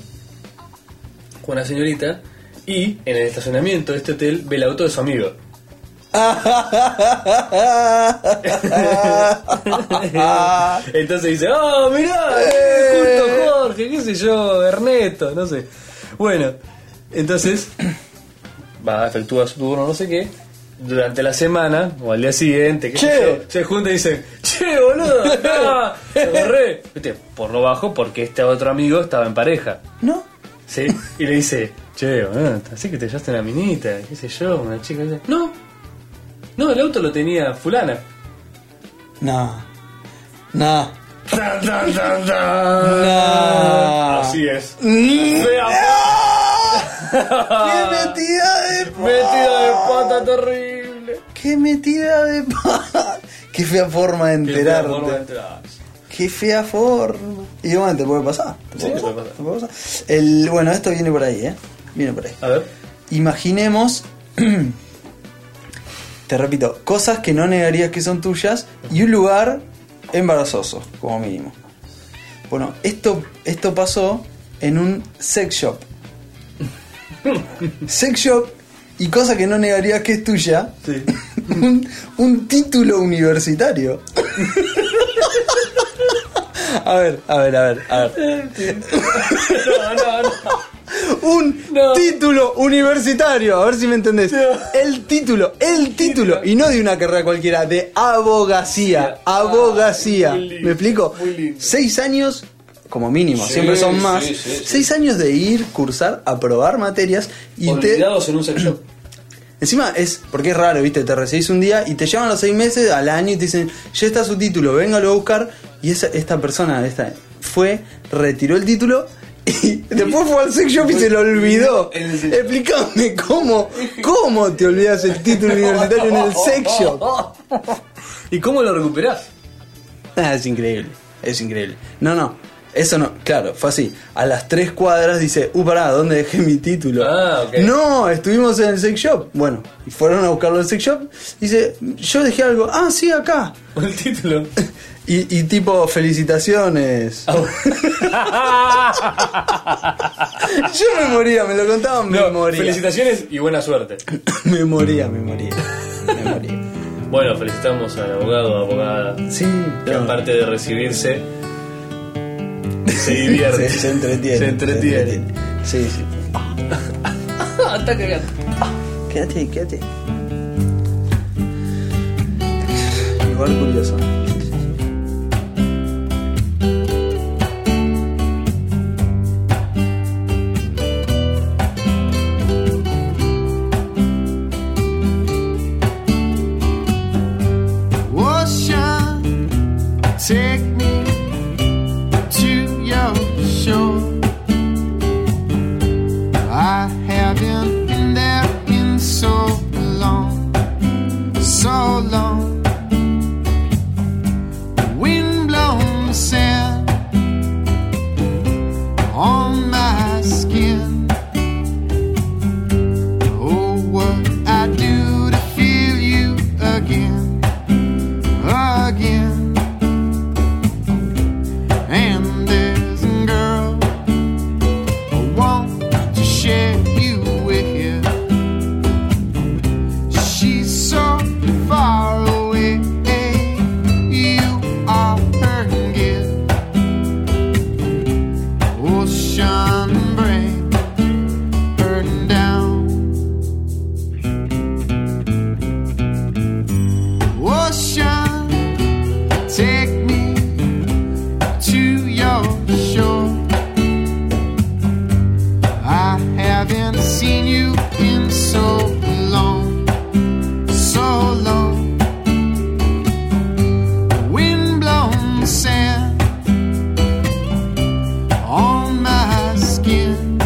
[SPEAKER 1] con una señorita y en el estacionamiento de este hotel ve el auto de su amigo. Entonces dice, oh, mirá,
[SPEAKER 2] ¡Eh!
[SPEAKER 1] justo Jorge, qué sé yo, Ernesto, no sé. Bueno, entonces va, efectúa su turno, no sé qué. Durante la semana o al día siguiente, qué sé yo,
[SPEAKER 2] Che.
[SPEAKER 1] se junta y dice, che, boludo, acá, te borré. Viste, por lo bajo, porque este otro amigo estaba en pareja.
[SPEAKER 2] ¿No?
[SPEAKER 1] ¿sí? Y le dice, che, boludo, así que te llevaste una minita, qué sé yo, una chica. dice, No, no, el auto lo tenía fulana.
[SPEAKER 2] No. No.
[SPEAKER 1] Tan, tan, tan, tan.
[SPEAKER 2] No.
[SPEAKER 1] Así es.
[SPEAKER 2] Mm.
[SPEAKER 1] Fea
[SPEAKER 2] ¡Qué metida de
[SPEAKER 1] po- Ah. metida de pata terrible.
[SPEAKER 2] ¡Qué metida de pata! ¡Qué fea forma de enterarte!
[SPEAKER 1] Por la entrada.
[SPEAKER 2] ¡Qué fea forma! Y bueno, te puede pasar. Te
[SPEAKER 1] Sí, te
[SPEAKER 2] puede pasar,
[SPEAKER 1] puede pasar.
[SPEAKER 2] te puede pasar. El, bueno, esto viene por ahí, ¿eh? Viene por ahí.
[SPEAKER 1] A ver.
[SPEAKER 2] Imaginemos, te repito, cosas que no negarías que son tuyas y un lugar embarazoso, como mínimo. Bueno, esto, esto pasó en un sex shop. sex shop y cosa que no negarías que es tuya.
[SPEAKER 1] Sí.
[SPEAKER 2] un, un título universitario. a ver, a ver, a ver, a ver.
[SPEAKER 1] No, no, no.
[SPEAKER 2] Un
[SPEAKER 1] No.
[SPEAKER 2] título universitario, a ver si me entendés. El título, el título, y no de una carrera cualquiera, de abogacía.
[SPEAKER 1] Ah,
[SPEAKER 2] Abogacía.
[SPEAKER 1] muy lindo,
[SPEAKER 2] ¿Me explico?
[SPEAKER 1] muy lindo.
[SPEAKER 2] Seis años, como mínimo,
[SPEAKER 1] Sí,
[SPEAKER 2] siempre son
[SPEAKER 1] sí,
[SPEAKER 2] más.
[SPEAKER 1] sí, sí.
[SPEAKER 2] Seis años de ir, cursar, aprobar materias y te.
[SPEAKER 1] Olvidados en un sex shop.
[SPEAKER 2] Encima es, porque es raro, viste, te recibís un día y te llaman a los seis meses al año y te dicen, ya está su título, véngalo a buscar. Y esa, esta persona esta, fue, retiró el título y después fue al sex shop y se lo olvidó.
[SPEAKER 1] En el sex shop.
[SPEAKER 2] Explícame cómo, cómo te olvidas el título universitario en el sex shop.
[SPEAKER 1] ¿Y cómo lo recuperás?
[SPEAKER 2] Ah, es increíble, es increíble. No, no, Eso no, claro, fue así. A las tres cuadras dice, uh, pará, ¿dónde dejé mi título?
[SPEAKER 1] Ah, ok.
[SPEAKER 2] No, estuvimos en el sex shop. Bueno, y fueron a buscarlo al sex shop. Dice, yo dejé algo. Ah, sí, acá.
[SPEAKER 1] El título.
[SPEAKER 2] Y, y tipo, felicitaciones.
[SPEAKER 1] Ah,
[SPEAKER 2] Yo me moría, me lo contaban, me
[SPEAKER 1] No,
[SPEAKER 2] moría.
[SPEAKER 1] felicitaciones y buena suerte.
[SPEAKER 2] Me moría, me moría. Me moría.
[SPEAKER 1] Bueno, felicitamos al abogado, abogada,
[SPEAKER 2] Sí,
[SPEAKER 1] que
[SPEAKER 2] no.
[SPEAKER 1] aparte de recibirse, se divierte.
[SPEAKER 2] Se, se entretiene.
[SPEAKER 1] Se entretiene.
[SPEAKER 2] Sí, sí.
[SPEAKER 1] Está cagando.
[SPEAKER 2] Quédate, quédate. Igual curioso.
[SPEAKER 3] Ocean, take me to your shore. I haven't been there in so long, so long. Wind blown sand on my skin. Oh, what I do to feel you again again. And there's a girl I want to share you with. She's so far away. You are her gift. Ocean brain burn down. ocean take me to your shore i haven't seen you in so long so long wind blown sand on my skin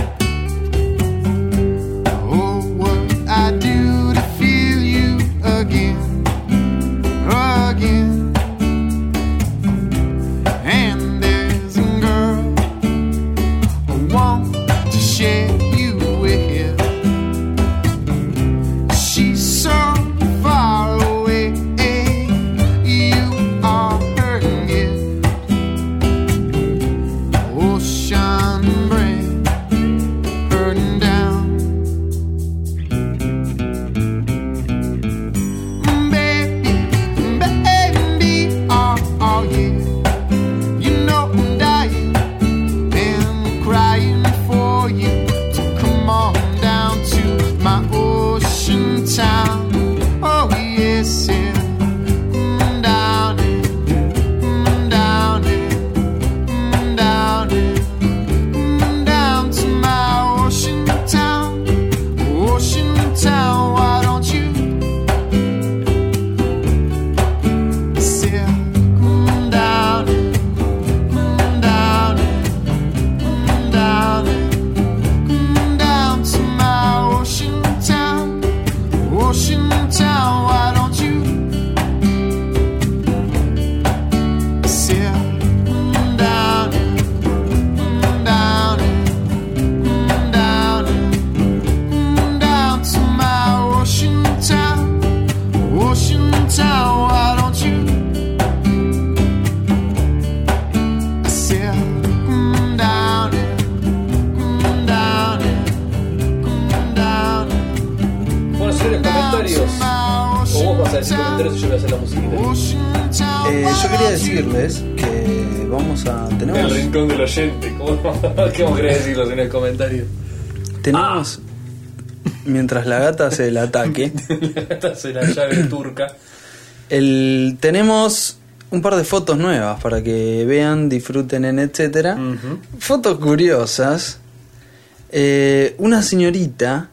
[SPEAKER 3] oh what i do to feel you again again. And there's a girl I want to share you with. She's so far away. You are her gift. Ocean brain burning down. Baby, baby, oh, oh, yeah. You know I'm dying and crying for you to come on down to my ocean town. Oh, yes, yeah. Mm, down there, mm, down there, mm, down there, mm, down to my ocean town. Ocean town, why don't you? Mm, Ocean town, why don't you? said, "Come down it, come down it, come down it,
[SPEAKER 1] Bueno, si los
[SPEAKER 3] down to
[SPEAKER 1] comentarios.
[SPEAKER 3] my
[SPEAKER 1] O vos vas a
[SPEAKER 3] ocean
[SPEAKER 1] decir comentarios y yo voy a hacer la musiquita.
[SPEAKER 3] Ocean town,
[SPEAKER 2] Eh, yo
[SPEAKER 3] why
[SPEAKER 2] quería
[SPEAKER 3] don't you
[SPEAKER 2] decirles que vamos a.
[SPEAKER 1] El
[SPEAKER 2] Tenemos.
[SPEAKER 1] rincón del oyente. ¿Cómo, ¿Qué vamos a querer decirlos en el comentario? Ah,
[SPEAKER 2] Tenemos. Mientras la gata hace el ataque.
[SPEAKER 1] Esta es la llave turca.
[SPEAKER 2] El, tenemos un par de fotos nuevas para que vean, disfruten en etcétera. Fotos curiosas. Eh, una señorita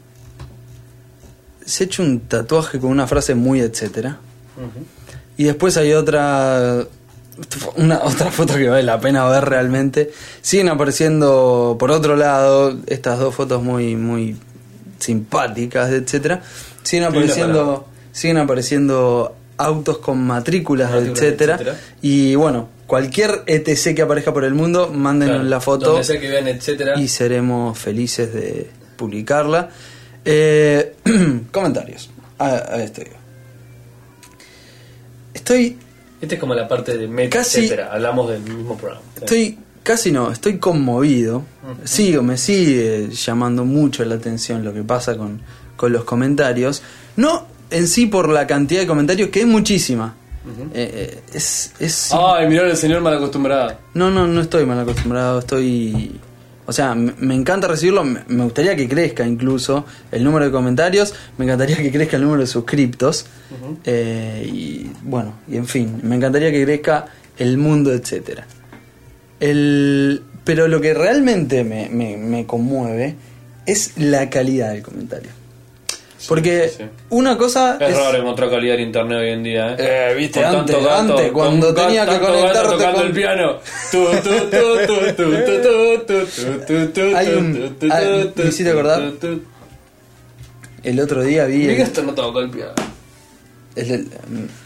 [SPEAKER 2] se ha hecho un tatuaje con una frase muy etcétera. Y después hay otra una otra foto que vale la pena ver realmente. Siguen apareciendo por otro lado estas dos fotos muy muy simpáticas, etcétera. Siguen
[SPEAKER 1] Linda
[SPEAKER 2] apareciendo siguen apareciendo autos con matrículas,
[SPEAKER 1] Matrículas,
[SPEAKER 2] etcétera.
[SPEAKER 1] etcétera.
[SPEAKER 2] Y bueno, cualquier ETC que aparezca por el mundo, mándenos
[SPEAKER 1] Claro,
[SPEAKER 2] la foto
[SPEAKER 1] Donde sea que vean, etcétera.
[SPEAKER 2] y seremos felices de publicarla. Eh, comentarios. A, a este video. Estoy,
[SPEAKER 1] Esta Este es como la parte de meta,
[SPEAKER 2] Casi-
[SPEAKER 1] etcétera. Hablamos del mismo programa.
[SPEAKER 2] estoy, casi no, estoy conmovido. Sigo, me sigue llamando mucho la atención lo que pasa con, con los comentarios. No en sí por la cantidad de comentarios, que es muchísima. Eh, eh, es, es
[SPEAKER 1] Ay, mirá el señor mal acostumbrado.
[SPEAKER 2] No, no, no estoy mal acostumbrado, estoy... O sea, me, me encanta recibirlo, me, me gustaría que crezca incluso el número de comentarios, me encantaría que crezca el número de suscriptos, eh, y bueno, y en fin, me encantaría que crezca el mundo, etcétera. El, pero lo que realmente me, me- me conmueve es la calidad del comentario. Porque
[SPEAKER 1] sí, sí.
[SPEAKER 2] una cosa
[SPEAKER 1] Es,
[SPEAKER 2] es...
[SPEAKER 1] raro encontrar calidad en internet hoy en día, ¿eh?
[SPEAKER 2] Eh, viste,
[SPEAKER 1] Con
[SPEAKER 2] antes-
[SPEAKER 1] tanto gato,
[SPEAKER 2] antes,
[SPEAKER 1] con
[SPEAKER 2] cuando
[SPEAKER 1] ga-
[SPEAKER 2] tenía que
[SPEAKER 1] tanto gato
[SPEAKER 2] conectarte
[SPEAKER 1] tocando
[SPEAKER 2] con-
[SPEAKER 1] el piano. Tu, tu, tu, tu, tu, tu, tu, tu, tu, tu,
[SPEAKER 2] Hay un-
[SPEAKER 1] tu, tu, tu,
[SPEAKER 2] hay-
[SPEAKER 1] tu,
[SPEAKER 2] me hiciste
[SPEAKER 1] tu,
[SPEAKER 2] acordar.
[SPEAKER 1] tu, tu.
[SPEAKER 2] El otro día vi...
[SPEAKER 1] Mi
[SPEAKER 2] el-
[SPEAKER 1] gato no tocó el piano.
[SPEAKER 2] El- el-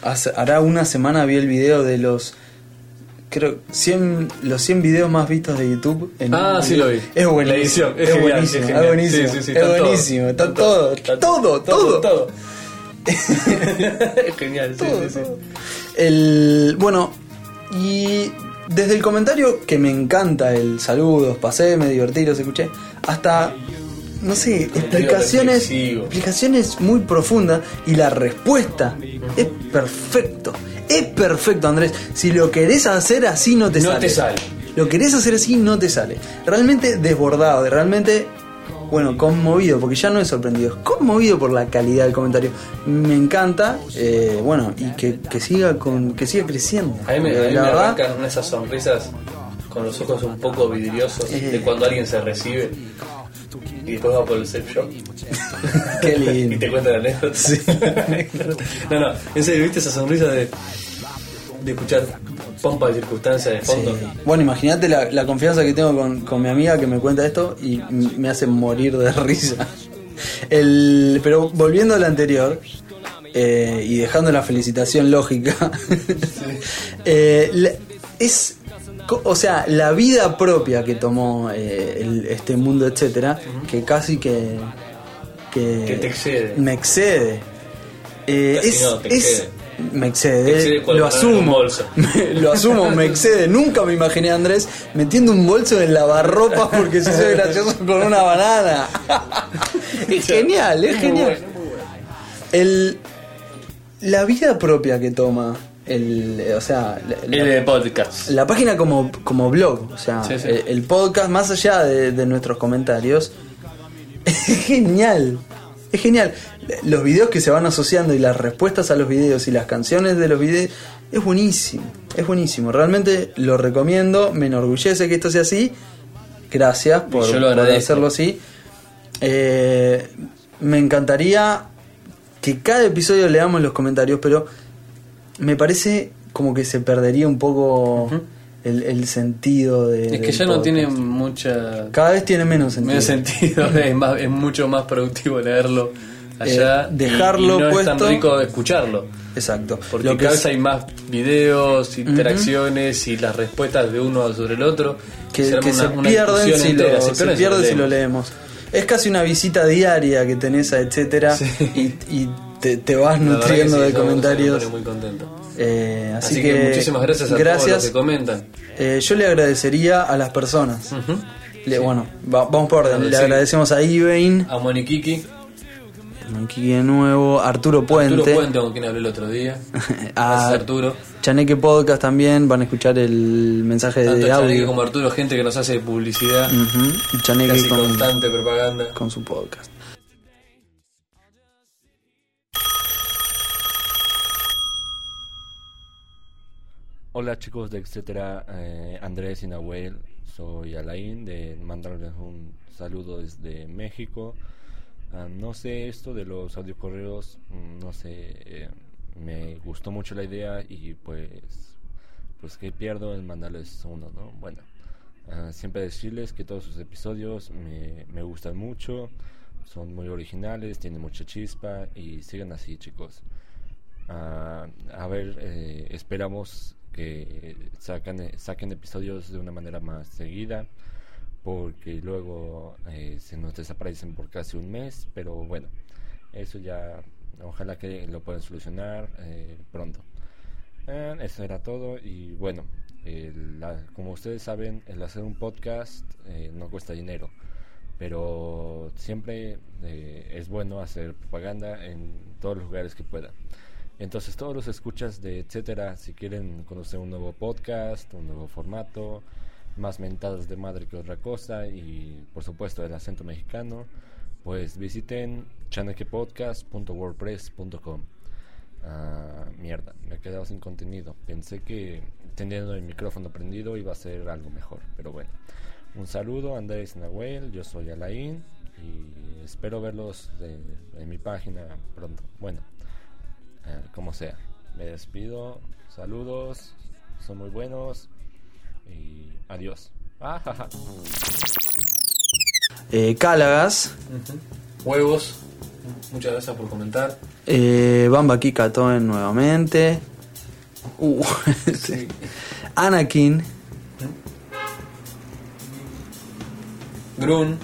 [SPEAKER 2] hace- hará una semana vi el video de los creo 100 los 100 videos más vistos de YouTube en
[SPEAKER 1] Ah,
[SPEAKER 2] un
[SPEAKER 1] sí
[SPEAKER 2] video.
[SPEAKER 1] lo vi.
[SPEAKER 2] es
[SPEAKER 1] La
[SPEAKER 2] buenísimo
[SPEAKER 1] edición, es
[SPEAKER 2] es,
[SPEAKER 1] genial,
[SPEAKER 2] buenísimo
[SPEAKER 1] es
[SPEAKER 2] es,
[SPEAKER 1] genial.
[SPEAKER 2] buenísimo
[SPEAKER 1] Sí, sí, sí,
[SPEAKER 2] es
[SPEAKER 1] está todo.
[SPEAKER 2] buenísimo está
[SPEAKER 1] Está
[SPEAKER 2] todo
[SPEAKER 1] todo,
[SPEAKER 2] está
[SPEAKER 1] está
[SPEAKER 2] todo
[SPEAKER 1] Todo,
[SPEAKER 2] todo
[SPEAKER 1] todo. Es genial, sí,
[SPEAKER 2] todo,
[SPEAKER 1] sí, sí.
[SPEAKER 2] todo. El, bueno, y desde el comentario que me encanta el saludos, pasé, me divertí, los escuché, hasta, no sé, explicaciones,
[SPEAKER 1] reflexivo.
[SPEAKER 2] explicaciones muy profundas y la respuesta es perfecto. Es perfecto, Andrés. Si lo querés hacer así, no te
[SPEAKER 1] No
[SPEAKER 2] sale.
[SPEAKER 1] te sale.
[SPEAKER 2] Lo querés hacer así, no te sale. Realmente desbordado, realmente, bueno, conmovido, porque ya no es sorprendido, es conmovido por la calidad del comentario. Me encanta, eh, bueno, y que, que siga con que siga creciendo.
[SPEAKER 1] A mí me, a mí me
[SPEAKER 2] la verdad,
[SPEAKER 1] arrancan esas sonrisas con los ojos un poco vidriosos
[SPEAKER 2] Eh.
[SPEAKER 1] de cuando alguien se recibe y después va por el self shop
[SPEAKER 2] qué
[SPEAKER 1] y
[SPEAKER 2] lindo.
[SPEAKER 1] te cuenta la anécdota. no, no, en serio, ¿viste esa sonrisa de, de escuchar pompa de circunstancia de
[SPEAKER 2] Sí.
[SPEAKER 1] fondo?
[SPEAKER 2] Bueno, imagínate la, la confianza que tengo con, con mi amiga que me cuenta esto y m- me hace morir de risa. El, pero volviendo al anterior eh, y dejando la felicitación lógica, eh, la- es, co- o sea, la vida propia que tomó eh, el- este mundo, etcétera, que casi que que,
[SPEAKER 1] Que te excede.
[SPEAKER 2] me excede. Eh,
[SPEAKER 1] Casi
[SPEAKER 2] es,
[SPEAKER 1] no, te
[SPEAKER 2] es-
[SPEAKER 1] excede.
[SPEAKER 2] me excede,
[SPEAKER 1] Te excede cuando
[SPEAKER 2] lo
[SPEAKER 1] ganas un
[SPEAKER 2] asumo.
[SPEAKER 1] bolso.
[SPEAKER 2] Me- lo asumo, me excede. Nunca me imaginé a Andrés metiendo un bolso en lavarropas porque se hace gracioso con una banana. es genial, es
[SPEAKER 1] Muy
[SPEAKER 2] genial.
[SPEAKER 1] bueno,
[SPEAKER 2] El, la vida propia que toma, el, eh, o sea, la, la-
[SPEAKER 1] podcast.
[SPEAKER 2] la página como, como blog, o sea,
[SPEAKER 1] Sí, sí.
[SPEAKER 2] El, el podcast más allá de, de nuestros comentarios, es genial. Es genial. Los videos que se van asociando y las respuestas a los videos y las canciones de los videos es buenísimo. Es buenísimo. Realmente lo recomiendo. Me enorgullece que esto sea así. Gracias por,
[SPEAKER 1] yo lo
[SPEAKER 2] por
[SPEAKER 1] agradezco.
[SPEAKER 2] hacerlo así. Eh, me encantaría que cada episodio leamos los comentarios, pero me parece como que se perdería un poco el, el sentido de.
[SPEAKER 1] Es que
[SPEAKER 2] del
[SPEAKER 1] ya no
[SPEAKER 2] podcast.
[SPEAKER 1] tiene mucha.
[SPEAKER 2] Cada vez tiene menos sentido.
[SPEAKER 1] menos sentido, es, más- es mucho más productivo leerlo allá.
[SPEAKER 2] Eh,
[SPEAKER 1] y-
[SPEAKER 2] dejarlo
[SPEAKER 1] y no es
[SPEAKER 2] puesto.
[SPEAKER 1] tan rico escucharlo.
[SPEAKER 2] Exacto.
[SPEAKER 1] Porque
[SPEAKER 2] Lo que
[SPEAKER 1] cada
[SPEAKER 2] es-
[SPEAKER 1] vez hay más videos, interacciones y las respuestas de uno sobre el otro.
[SPEAKER 2] que,
[SPEAKER 1] arma
[SPEAKER 2] que
[SPEAKER 1] una-
[SPEAKER 2] se,
[SPEAKER 1] una
[SPEAKER 2] pierden
[SPEAKER 1] discusión
[SPEAKER 2] si
[SPEAKER 1] entera,
[SPEAKER 2] lo,
[SPEAKER 1] se pierden
[SPEAKER 2] se
[SPEAKER 1] si lo
[SPEAKER 2] pierden si lo
[SPEAKER 1] leemos.
[SPEAKER 2] leemos. Es casi una visita diaria que tenés a etcétera
[SPEAKER 1] Sí.
[SPEAKER 2] y, y te, te vas
[SPEAKER 1] La verdad que
[SPEAKER 2] nutriendo
[SPEAKER 1] sí, eso-
[SPEAKER 2] de
[SPEAKER 1] eso me
[SPEAKER 2] comentarios.
[SPEAKER 1] pone muy contento.
[SPEAKER 2] Eh,
[SPEAKER 1] Así, que, muchísimas gracias a todos los que comentan.
[SPEAKER 2] Eh, yo le agradecería a las personas.
[SPEAKER 1] Ujú.
[SPEAKER 2] Le- Bueno, va- vamos por orden. Le
[SPEAKER 1] Sí.
[SPEAKER 2] agradecemos a Ivain,
[SPEAKER 1] A Monikiki,
[SPEAKER 2] aquí de nuevo, Arturo Puente,
[SPEAKER 1] Arturo Puente, con quien hablé el otro día.
[SPEAKER 2] a
[SPEAKER 1] Gracias, Arturo.
[SPEAKER 2] Chaneque Podcast también. Van a escuchar el mensaje
[SPEAKER 1] Tanto
[SPEAKER 2] de
[SPEAKER 1] Chaneque
[SPEAKER 2] audio.
[SPEAKER 1] como Arturo, gente que nos hace publicidad,
[SPEAKER 2] Ujú, y Chaneque
[SPEAKER 1] casi
[SPEAKER 2] con-
[SPEAKER 1] constante propaganda.
[SPEAKER 2] con su podcast.
[SPEAKER 4] Hola chicos de etcétera, eh, Andrés y Nahuel, soy Alain, de mandarles un saludo desde México. Ah, no sé esto de los audiocorreos, mm, no sé, eh, me gustó mucho la idea y pues, pues que pierdo en mandarles uno, ¿no? Bueno, ah, siempre decirles que todos sus episodios me, me gustan mucho, son muy originales, tienen mucha chispa y sigan así chicos. Ah, Ah, a ver, eh, esperamos que sacan, saquen episodios de una manera más seguida, porque luego eh, se nos desaparecen por casi un mes, pero bueno, eso ya, ojalá que lo puedan solucionar eh, pronto. Eh, eso era todo y bueno, el- la- como ustedes saben, el hacer un podcast eh, no cuesta dinero, pero siempre eh, es bueno hacer propaganda en todos los lugares que pueda. Entonces todos los escuchas de etcétera, si quieren conocer un nuevo podcast, un nuevo formato, más mentadas de madre que otra cosa y por supuesto el acento mexicano, pues visiten chanequepodcast.wordpress.com. Ah, mierda, me he quedado sin contenido. Pensé que teniendo el micrófono prendido iba a ser algo mejor, pero bueno. Un saludo, Andrés Nahuel, yo soy Alain y espero verlos eh, en mi página pronto. Bueno, eh, como sea. Me despido. Saludos. Son muy buenos. Y adiós. Ah, Ajaja.
[SPEAKER 2] Eh, Cálagas,
[SPEAKER 1] Huevos, muchas gracias por comentar.
[SPEAKER 2] eh, Bamba Kika Toen nuevamente. Uh, sí. Anakin,
[SPEAKER 1] Grun,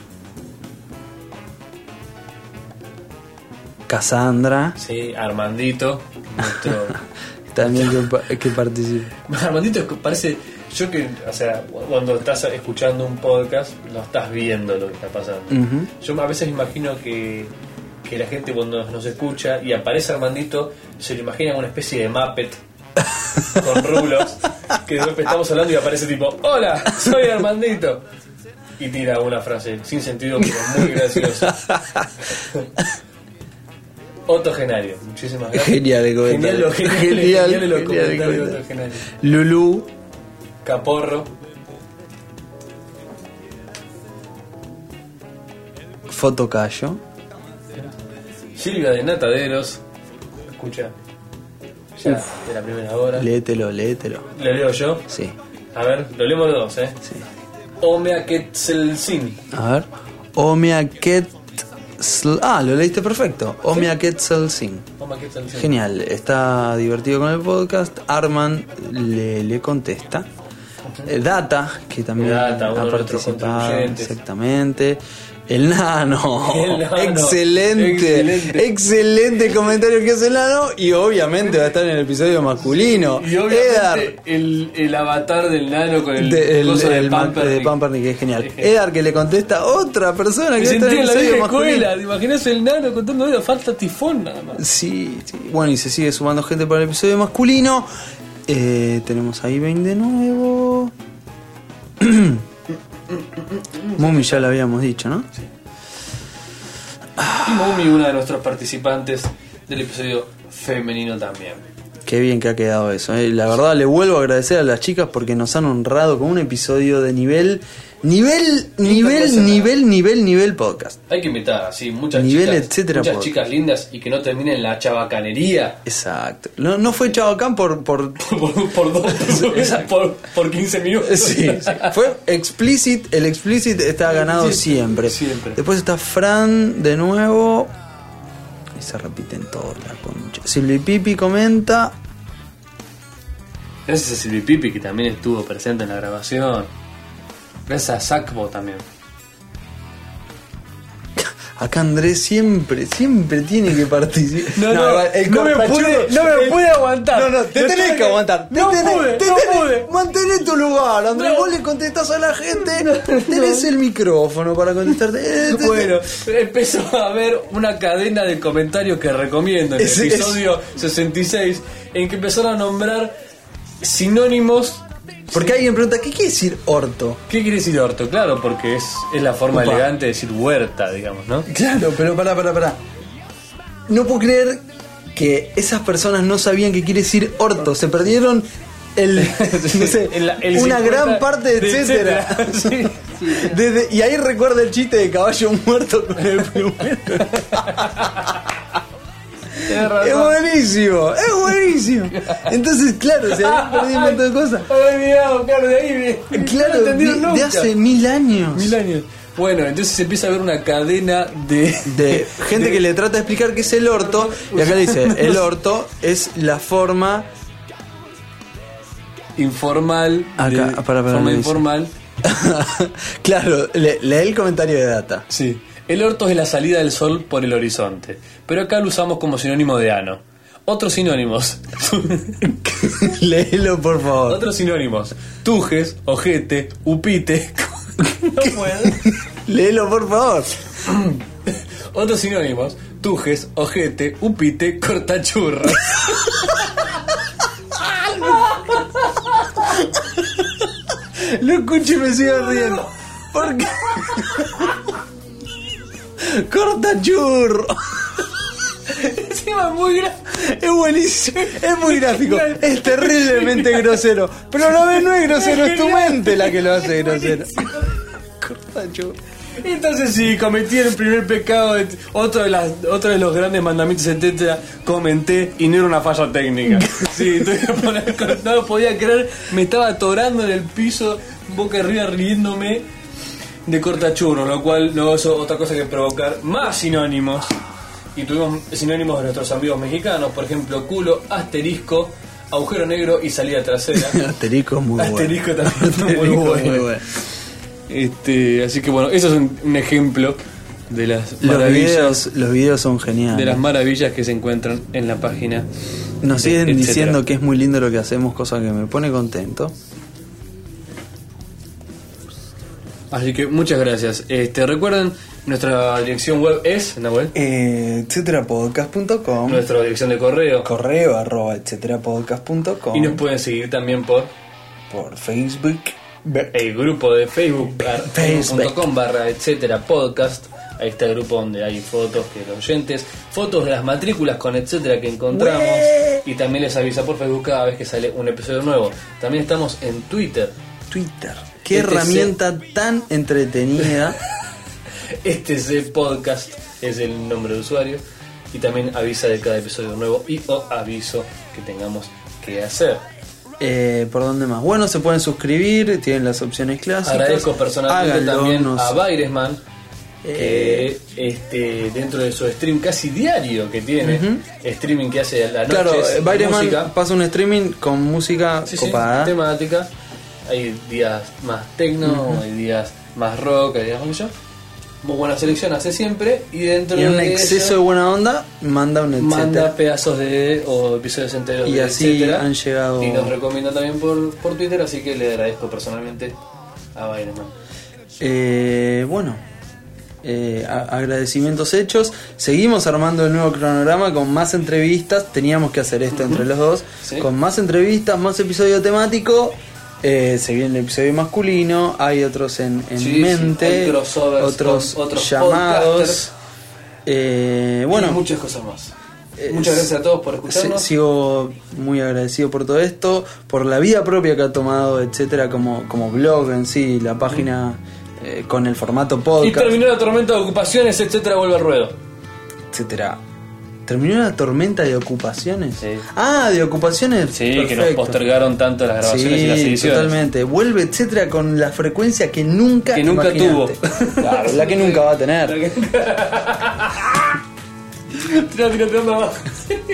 [SPEAKER 2] Cassandra,
[SPEAKER 1] sí, Armandito, nuestro.
[SPEAKER 2] también que, pa- que participa.
[SPEAKER 1] Armandito es que parece. Yo que, o sea, cuando estás escuchando un podcast, no estás viendo lo que está pasando.
[SPEAKER 2] Ujú.
[SPEAKER 1] Yo a veces me imagino que, que la gente cuando nos escucha y aparece Armandito, se lo imagina como una especie de Muppet con rulos, que de golpe estamos hablando y aparece tipo, hola, soy Armandito. Y tira una frase sin sentido, pero muy graciosa. Otto Genario, muchísimas gracias.
[SPEAKER 2] Genial el
[SPEAKER 1] Genial,
[SPEAKER 2] comentario.
[SPEAKER 1] lo, genial, genial,
[SPEAKER 2] Genial,
[SPEAKER 1] los
[SPEAKER 2] genial el
[SPEAKER 1] comentarios de
[SPEAKER 2] comentario.
[SPEAKER 1] Otto Genario.
[SPEAKER 2] Lulu,
[SPEAKER 1] Caporro,
[SPEAKER 2] Fotocayo,
[SPEAKER 1] Silvia de Nataderos, escucha, ya de la primera hora.
[SPEAKER 2] léetelo, léetelo.
[SPEAKER 1] Lo leo yo.
[SPEAKER 2] Sí,
[SPEAKER 1] A ver, lo leemos los dos, ¿eh?
[SPEAKER 2] sí.
[SPEAKER 1] Omea Quetzalcín.
[SPEAKER 2] A ver. Omia Quetzal. Ah, lo leíste perfecto. Omia Quetzal Singh.
[SPEAKER 1] Omea Quetzalcín.
[SPEAKER 2] Genial, está divertido con el podcast. Arman le, le contesta. Eh, Data, que también
[SPEAKER 1] Data, uno
[SPEAKER 2] ha
[SPEAKER 1] de nuestros
[SPEAKER 2] participado.
[SPEAKER 1] contribuyentes.
[SPEAKER 2] Exactamente. El nano.
[SPEAKER 1] El nano.
[SPEAKER 2] Excelente.
[SPEAKER 1] Excelente.
[SPEAKER 2] Excelente. comentario que hace el nano. Y obviamente va a estar en el episodio masculino.
[SPEAKER 1] Y
[SPEAKER 2] Edar.
[SPEAKER 1] obviamente el, el avatar del nano con el,
[SPEAKER 2] de- el-
[SPEAKER 1] coso de
[SPEAKER 2] el man-
[SPEAKER 1] Pampernick.
[SPEAKER 2] de Pampernick, es genial.
[SPEAKER 1] Es genial.
[SPEAKER 2] Edar que le contesta a otra persona que
[SPEAKER 1] Me
[SPEAKER 2] va a estar
[SPEAKER 1] sentí en
[SPEAKER 2] en el
[SPEAKER 1] la
[SPEAKER 2] episodio
[SPEAKER 1] vieja
[SPEAKER 2] masculino.
[SPEAKER 1] escuela. ¿Te imaginas el nano contando vida? Falta tifón nada más.
[SPEAKER 2] Sí, sí. bueno, y se sigue sumando gente para el episodio masculino. Eh, tenemos a Ivain de nuevo. Mumi ya lo habíamos dicho, ¿no? Ah.
[SPEAKER 1] Y Mumi, una de nuestros participantes del episodio femenino también.
[SPEAKER 2] Qué bien que ha quedado eso. eh. La verdad le vuelvo a agradecer a las chicas porque nos han honrado con un episodio de nivel, nivel, nivel,
[SPEAKER 1] Internacional.
[SPEAKER 2] nivel, nivel, nivel podcast.
[SPEAKER 1] Hay que invitar así muchas
[SPEAKER 2] Nivel,
[SPEAKER 1] chicas,
[SPEAKER 2] etcétera,
[SPEAKER 1] muchas
[SPEAKER 2] por-
[SPEAKER 1] chicas lindas y que no terminen la chabacanería
[SPEAKER 2] Exacto. No, no fue Chabacán por, por
[SPEAKER 1] por, por dos,
[SPEAKER 2] Exacto.
[SPEAKER 1] por, por 15 minutos.
[SPEAKER 2] Sí, sí. fue explicit, el explicit está ganado
[SPEAKER 1] Sí,
[SPEAKER 2] siempre.
[SPEAKER 1] siempre.
[SPEAKER 2] Después está Fran de nuevo. Y se repiten todos la concha. Silvi Pipi comenta.
[SPEAKER 1] Gracias a Silvi Pipi que también estuvo presente en la grabación. Gracias a Sackbo también.
[SPEAKER 2] Acá Andrés siempre, siempre tiene que participar.
[SPEAKER 1] no me pude, no me pude aguantar.
[SPEAKER 2] No, no, te
[SPEAKER 1] Lo
[SPEAKER 2] tenés
[SPEAKER 1] tuve
[SPEAKER 2] que aguantar. Te
[SPEAKER 1] No
[SPEAKER 2] tenés-
[SPEAKER 1] pude,
[SPEAKER 2] te
[SPEAKER 1] no
[SPEAKER 2] tenés-
[SPEAKER 1] pude.
[SPEAKER 2] Mantené tu lugar, Andrés.
[SPEAKER 1] No.
[SPEAKER 2] Vos le contestás a la gente. tenés el micrófono para contestarte. Eh, te-
[SPEAKER 1] Bueno, empezó a haber una cadena de comentarios que recomiendo en el
[SPEAKER 2] Es- es-
[SPEAKER 1] episodio 66 en que empezaron a nombrar sinónimos.
[SPEAKER 2] Porque alguien pregunta, ¿qué quiere decir orto?
[SPEAKER 1] ¿Qué quiere decir orto? Claro, porque es, es la forma
[SPEAKER 2] Upa.
[SPEAKER 1] elegante de decir huerta, digamos, ¿no?
[SPEAKER 2] Claro, pero pará, pará, pará. No puedo creer que esas personas no sabían que quiere decir orto. Se perdieron el, no sé,
[SPEAKER 1] El- el
[SPEAKER 2] una
[SPEAKER 1] 50
[SPEAKER 2] gran parte de
[SPEAKER 1] de
[SPEAKER 2] etcétera.
[SPEAKER 1] etcétera. Sí,
[SPEAKER 2] Desde- y ahí recuerda el chiste de caballo muerto con el primero.
[SPEAKER 1] Tienes
[SPEAKER 2] es
[SPEAKER 1] razón.
[SPEAKER 2] buenísimo, es buenísimo. Entonces, claro, se habían perdido un montón de cosas.
[SPEAKER 1] Ay, mirá, claro, de ahí. me-
[SPEAKER 2] Claro,
[SPEAKER 1] no entendieron
[SPEAKER 2] de, de
[SPEAKER 1] nunca.
[SPEAKER 2] hace mil años.
[SPEAKER 1] Mil años. Bueno, entonces empieza a haber una cadena de.
[SPEAKER 2] de gente que le trata de explicar qué es el orto. Y acá le dice, el orto es la forma...
[SPEAKER 1] informal.
[SPEAKER 2] Acá, ah,
[SPEAKER 1] de-
[SPEAKER 2] pará, pará,
[SPEAKER 1] forma
[SPEAKER 2] me dice.
[SPEAKER 1] informal.
[SPEAKER 2] claro, le- leí el comentario de Data.
[SPEAKER 1] Sí. El orto es la salida del sol por el horizonte. Pero acá lo usamos como sinónimo de ano. Otros sinónimos.
[SPEAKER 2] Léelo, por favor.
[SPEAKER 1] Otros sinónimos. Tujes, ojete, upite. no puedo.
[SPEAKER 2] Léelo, por favor.
[SPEAKER 1] Otros sinónimos. Tujes, ojete, upite, cortachurra.
[SPEAKER 2] Lo escucho y me sigo riendo. ¿Por qué? Corta churro.
[SPEAKER 1] Encima muy grande.
[SPEAKER 2] Es buenísimo. Es muy gráfico.
[SPEAKER 1] genial.
[SPEAKER 2] Es terriblemente grosero. Pero a la vez no es grosero, es tu mente la que lo hace grosero. Corta churro.
[SPEAKER 1] Entonces sí, cometí el primer pecado, de- otro de, las, otro de los grandes mandamientos en Tetra, comenté y no era una falla técnica. Sí, tuve que poner con- no lo podía creer, me estaba atorando en el piso, boca arriba riéndome de cortachurro, lo cual no es otra cosa que provocar más sinónimos. Y tuvimos sinónimos de nuestros amigos mexicanos, por ejemplo, culo, asterisco, agujero negro y salida trasera.
[SPEAKER 2] Asterisco es muy bueno.
[SPEAKER 1] Asterisco también es muy
[SPEAKER 2] Asterisco es
[SPEAKER 1] bueno. Este, así que bueno, eso es un, un ejemplo de las
[SPEAKER 2] Los
[SPEAKER 1] maravillas
[SPEAKER 2] videos, los videos son geniales.
[SPEAKER 1] de las maravillas que se encuentran en la página.
[SPEAKER 2] Nos siguen
[SPEAKER 1] etcétera.
[SPEAKER 2] diciendo que es muy lindo lo que hacemos, cosa que me pone contento.
[SPEAKER 1] Así que muchas gracias. Este, recuerden, nuestra dirección web es Nahuel, Eh,
[SPEAKER 2] etcéterapodcast.com
[SPEAKER 1] nuestra dirección de correo
[SPEAKER 2] correo arroba etcéterapodcast.com
[SPEAKER 1] y nos pueden seguir también por
[SPEAKER 2] por Facebook
[SPEAKER 1] el grupo de Facebook bar-
[SPEAKER 2] Facebook.
[SPEAKER 1] facebook.com barra etcétera podcast. Ahí está el grupo donde hay fotos que los oyentes, fotos de las matrículas con etcétera que encontramos y también les avisa por Facebook cada vez que sale un episodio nuevo. También estamos en Twitter
[SPEAKER 2] Twitter. Qué
[SPEAKER 1] Este
[SPEAKER 2] herramienta tan entretenida.
[SPEAKER 1] Este es el podcast, es el nombre de usuario. Y también avisa de cada episodio nuevo y o aviso que tengamos que hacer.
[SPEAKER 2] Eh, ¿Por dónde más? Bueno, se pueden suscribir, tienen las opciones clásicas.
[SPEAKER 1] Agradezco personalmente
[SPEAKER 2] Háganlo, Eh.
[SPEAKER 1] también
[SPEAKER 2] nos-
[SPEAKER 1] a Bairesman, que este, dentro de su stream casi diario que tiene, streaming que hace a la noche,
[SPEAKER 2] Claro,
[SPEAKER 1] es música,
[SPEAKER 2] Byreman pasa un streaming con música
[SPEAKER 1] Sí, sí,
[SPEAKER 2] copada.
[SPEAKER 1] temática. Hay días más techno, hay días más rock, hay días como yo. Muy buena selección hace siempre y dentro
[SPEAKER 2] y en un
[SPEAKER 1] de
[SPEAKER 2] exceso de
[SPEAKER 1] eso-
[SPEAKER 2] buena onda, manda un etcétera.
[SPEAKER 1] manda pedazos de o episodios enteros
[SPEAKER 2] Y
[SPEAKER 1] de
[SPEAKER 2] así
[SPEAKER 1] etcétera,
[SPEAKER 2] han llegado-
[SPEAKER 1] y nos recomienda también por, por Twitter así que le agradezco personalmente a Byron
[SPEAKER 2] Eh, bueno, eh, a- agradecimientos hechos. Seguimos armando el nuevo cronograma con más entrevistas. Teníamos que hacer esto entre los dos.
[SPEAKER 1] Sí.
[SPEAKER 2] Con más entrevistas, más episodio temático. Eh, se viene el episodio masculino. Hay otros en, en
[SPEAKER 1] Sí, sí,
[SPEAKER 2] mente.
[SPEAKER 1] hay crossovers
[SPEAKER 2] otros,
[SPEAKER 1] con otros
[SPEAKER 2] llamados.
[SPEAKER 1] podcasters.
[SPEAKER 2] Eh,
[SPEAKER 1] Y
[SPEAKER 2] bueno,
[SPEAKER 1] muchas cosas más
[SPEAKER 2] Eh,
[SPEAKER 1] muchas gracias a todos por escucharnos
[SPEAKER 2] se- sigo muy agradecido por todo esto, por la vida propia que ha tomado, etcétera, como, como blog en sí, la página eh, con el formato
[SPEAKER 1] y
[SPEAKER 2] podcast.
[SPEAKER 1] terminó la tormenta de ocupaciones etcétera vuelve al ruedo
[SPEAKER 2] etcétera. ¿Terminó la tormenta de ocupaciones?
[SPEAKER 1] Sí.
[SPEAKER 2] Ah, de ocupaciones.
[SPEAKER 1] sí que nos
[SPEAKER 2] perfecto.
[SPEAKER 1] postergaron tanto las grabaciones y las
[SPEAKER 2] Sí,
[SPEAKER 1] ediciones
[SPEAKER 2] totalmente. Vuelve, etcétera, con la frecuencia que nunca
[SPEAKER 1] Que nunca
[SPEAKER 2] imaginaste.
[SPEAKER 1] tuvo.
[SPEAKER 2] Claro, la que nunca va a tener.
[SPEAKER 1] tira tira tira más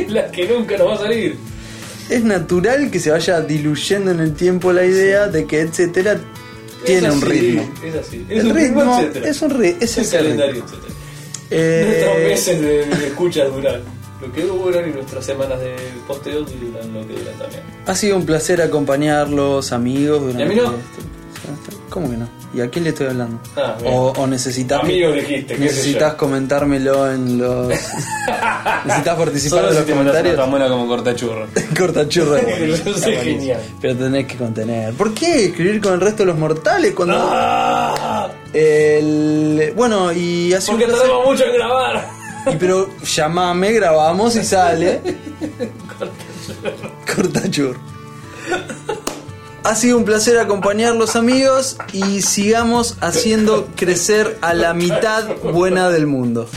[SPEAKER 1] las que nunca nos va a salir
[SPEAKER 2] Es natural que se vaya diluyendo en el tiempo la idea de que, etcétera, tiene
[SPEAKER 1] Es
[SPEAKER 2] un
[SPEAKER 1] así,
[SPEAKER 2] ritmo.
[SPEAKER 1] es así es
[SPEAKER 2] El
[SPEAKER 1] un ritmo,
[SPEAKER 2] ritmo
[SPEAKER 1] etcétera.
[SPEAKER 2] es un ri- es
[SPEAKER 1] el
[SPEAKER 2] ese
[SPEAKER 1] calendario
[SPEAKER 2] ritmo.
[SPEAKER 1] etcétera Nuestros
[SPEAKER 2] Eh,
[SPEAKER 1] meses de, de escucha duran lo que duran y nuestras semanas de posteos duran lo que duran también.
[SPEAKER 2] ha sido un placer acompañarlos, amigos. durante
[SPEAKER 1] ¿Y a mí no?
[SPEAKER 2] este- ¿Cómo que no? ¿Y a quién le estoy hablando?
[SPEAKER 1] Ah, bien.
[SPEAKER 2] o, o necesitas. que-
[SPEAKER 1] Amigos dijiste, qué sé
[SPEAKER 2] Necesitas
[SPEAKER 1] yo.
[SPEAKER 2] comentármelo en los. necesitas participar
[SPEAKER 1] Solo
[SPEAKER 2] en
[SPEAKER 1] si te mandas una
[SPEAKER 2] los comentarios.
[SPEAKER 1] tan buena como cortachurro.
[SPEAKER 2] Corta churro.
[SPEAKER 1] Yo soy genial.
[SPEAKER 2] Pero tenés que contener. ¿Por qué escribir con el resto de los mortales cuando.?
[SPEAKER 1] ¡Ah!
[SPEAKER 2] El- Bueno, y hace un
[SPEAKER 1] Porque
[SPEAKER 2] placer-
[SPEAKER 1] tardamos mucho en grabar.
[SPEAKER 2] Y pero llamame, grabamos y sale. Cortachur. Ha sido un placer acompañarlos amigos y sigamos haciendo crecer a la mitad buena del mundo.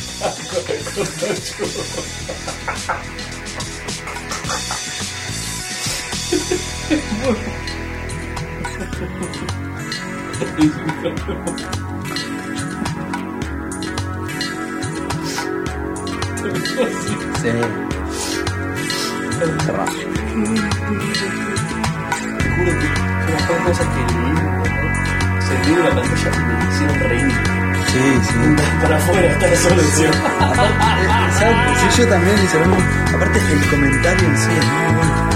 [SPEAKER 1] cosas.
[SPEAKER 2] Sí.
[SPEAKER 1] Te juro que son las cosas que el libro, ¿no? Se libro la pantalla me hicieron reír.
[SPEAKER 2] Sí, sí.
[SPEAKER 1] Para afuera está la solución.
[SPEAKER 2] Aparte, eh, exacto, sí, yo también hice lo mismo. Aparte, el comentario en sí es muy bueno.